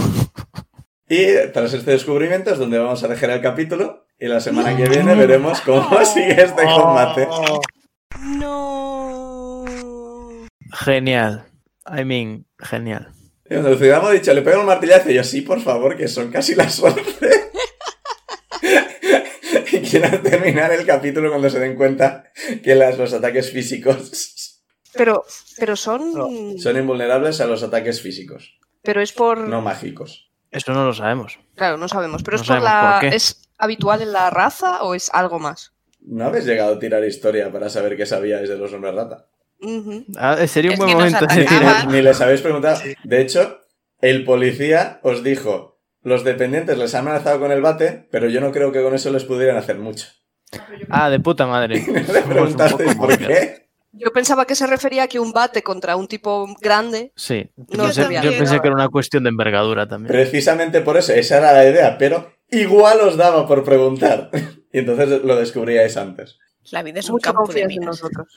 Y tras este descubrimiento es donde vamos a dejar el capítulo. Y la semana que viene veremos cómo sigue este combate.
Oh.
No.
Genial. I mean, genial.
Y cuando el ciudadano ha dicho, le pego un martillazo. Y yo, sí, por favor, que son casi las 11. y quiero terminar el capítulo cuando se den cuenta que las- los ataques físicos
Pero, pero son.
son invulnerables a los ataques físicos,
Pero es por.
no mágicos.
Eso no lo sabemos.
Claro, no sabemos. Pero
No
es por
sabemos
la.
por qué.
¿Es habitual en la raza o es algo más?
No habéis llegado a tirar historia para saber qué sabíais de los hombres rata.
Ujú.
Ah, sería un
Es
buen
que nos
momento de
Ni,
atacaban.
tirar.
Ajá.
ni les habéis preguntado. De hecho, el policía os dijo, los dependientes les han amenazado con el bate, pero yo no creo que con eso les pudieran hacer mucho.
Ah, de puta madre.
Le preguntasteis por qué.
Yo pensaba que se refería a que un bate contra un tipo grande.
Sí. Yo
No
pensé-
sabía.
yo pensé que era una cuestión de envergadura también.
Precisamente por eso, esa era la idea, pero igual os daba por preguntar. Y entonces lo descubríais antes.
La vida es un
Mucho
campo de
confías en
minas.
nosotros.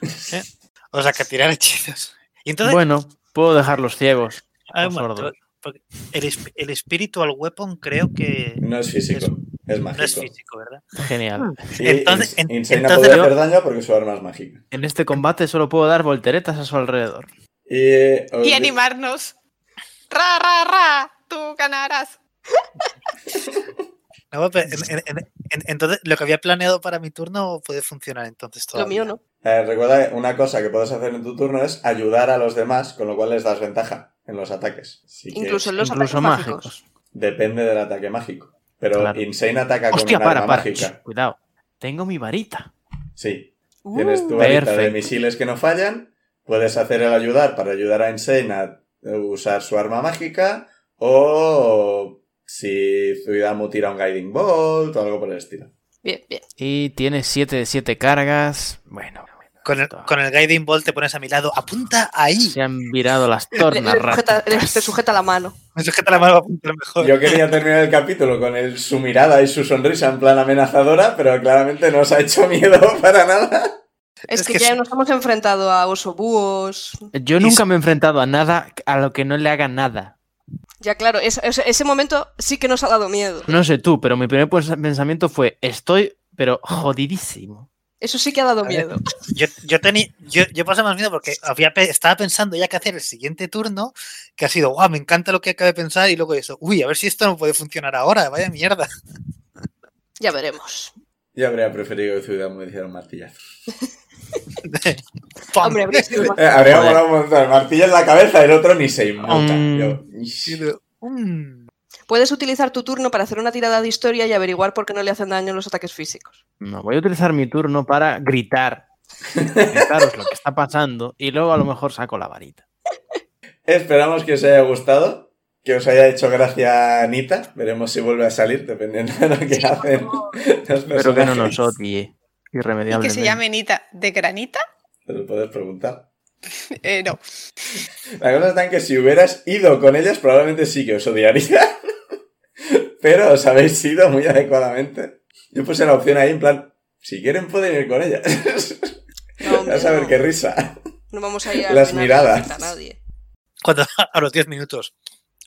O sea, que tirar hechizos. Y entonces,
Bueno, puedo dejarlos ciegos.
Ah,
o
un momento,
sordos.
porque el, esp- el Spiritual Weapon creo que
No es físico, es
no es
mágico.
físico, ¿verdad?
Genial.
Ah.
Y
Entonces-
Ins-
en-
Insane no
entonces
podía
yo-
hacer daño porque su arma es mágica.
En este combate solo puedo dar volteretas a su alrededor.
Y, eh, os
Y
di-
animarnos. Ra, ra, ra. Tú ganarás.
No, pero en- en- en- en- entonces, lo que había planeado para mi turno puede funcionar entonces todo.
Lo mío no.
Eh, recuerda que una cosa que puedes hacer en tu turno es ayudar a los demás, con lo cual les das ventaja en los ataques. Así que
Incluso en los
Incluso
ataques mágicos.
mágicos.
depende del ataque mágico. Pero
Claro.
Insane ataca
Hostia,
con una
para,
arma
para.
mágica.
Cuidado. Tengo mi varita.
Sí.
Uh,
Tienes tu varita de
perfecto.
misiles que no fallan. Puedes hacer el ayudar para ayudar a Insane a usar su arma mágica o si Zuidamu tira un Guiding Bolt o algo por el estilo.
Bien, bien.
Y tiene 7 de 7 cargas. Bueno.
Con el, con el Guiding Ball te pones a mi lado, apunta ahí.
Se han virado las
Le-
tornas.
le sujeta- le-
ratitas.
te sujeta la mano.
Me sujeta la mano para apuntar mejor.
Yo quería terminar el capítulo con el- su mirada y su sonrisa en plan amenazadora, pero claramente no os ha hecho miedo para nada.
Es,
Es
que,
que
ya
es-
nos hemos enfrentado a osobúos.
Yo
Y
nunca
se-
me he enfrentado a nada a lo que no le haga nada.
Ya, claro, es- es- ese momento sí que nos ha dado miedo.
No sé tú, pero mi primer pues- pensamiento fue, estoy, pero jodidísimo.
Eso sí que ha dado
A ver.
miedo.
Yo, yo, tení- yo, yo pasé más miedo porque había, pe- estaba pensando ya qué hacer el siguiente turno, que ha sido, guau, me encanta lo que acabé de pensar, y luego eso, uy, a ver si esto no puede funcionar ahora, vaya mierda.
Ya veremos.
Yo habría preferido que Zuidamu hiciera un martillazo.
Pam.
Hombre, habría sido más-
Eh, habría
Joder.
molado un montón. Martillo en la cabeza, el otro ni se inmuta.
Mm.
Yo-
Y lo- mm.
Puedes utilizar tu turno para hacer una tirada de historia y averiguar por qué no le hacen daño los ataques físicos.
No, voy a utilizar mi turno para gritar. Gritaros lo que está pasando y luego a lo mejor saco la varita.
Esperamos que os haya gustado, que os haya hecho gracia Anita. Veremos si vuelve a salir, dependiendo de lo que
Sí, por
hacen
favor.
los
Espero que no
personajes.
nos odie
Y que
irremediablemente.
se llame Nita de granita.
Te lo puedes preguntar.
Eh, no.
La cosa está en que si hubieras ido con ellas, probablemente sí que os odiaría. Pero os habéis ido muy adecuadamente. Yo puse la opción ahí en plan, si quieren pueden ir con ellas.
No, hombre,
Vas a ver
no.
qué risa.
No vamos a ir a
Las
arruinarle la
miradas.
vida a nadie.
Cuando a los 10 minutos,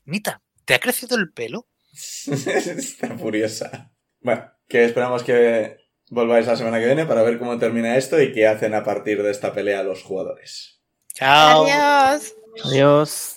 Nita, ¿te ha crecido el pelo?
Está furiosa. Bueno, que esperamos que volváis la semana que viene para ver cómo termina esto y qué hacen a partir de esta pelea los jugadores.
Chao.
Adiós.
Adiós.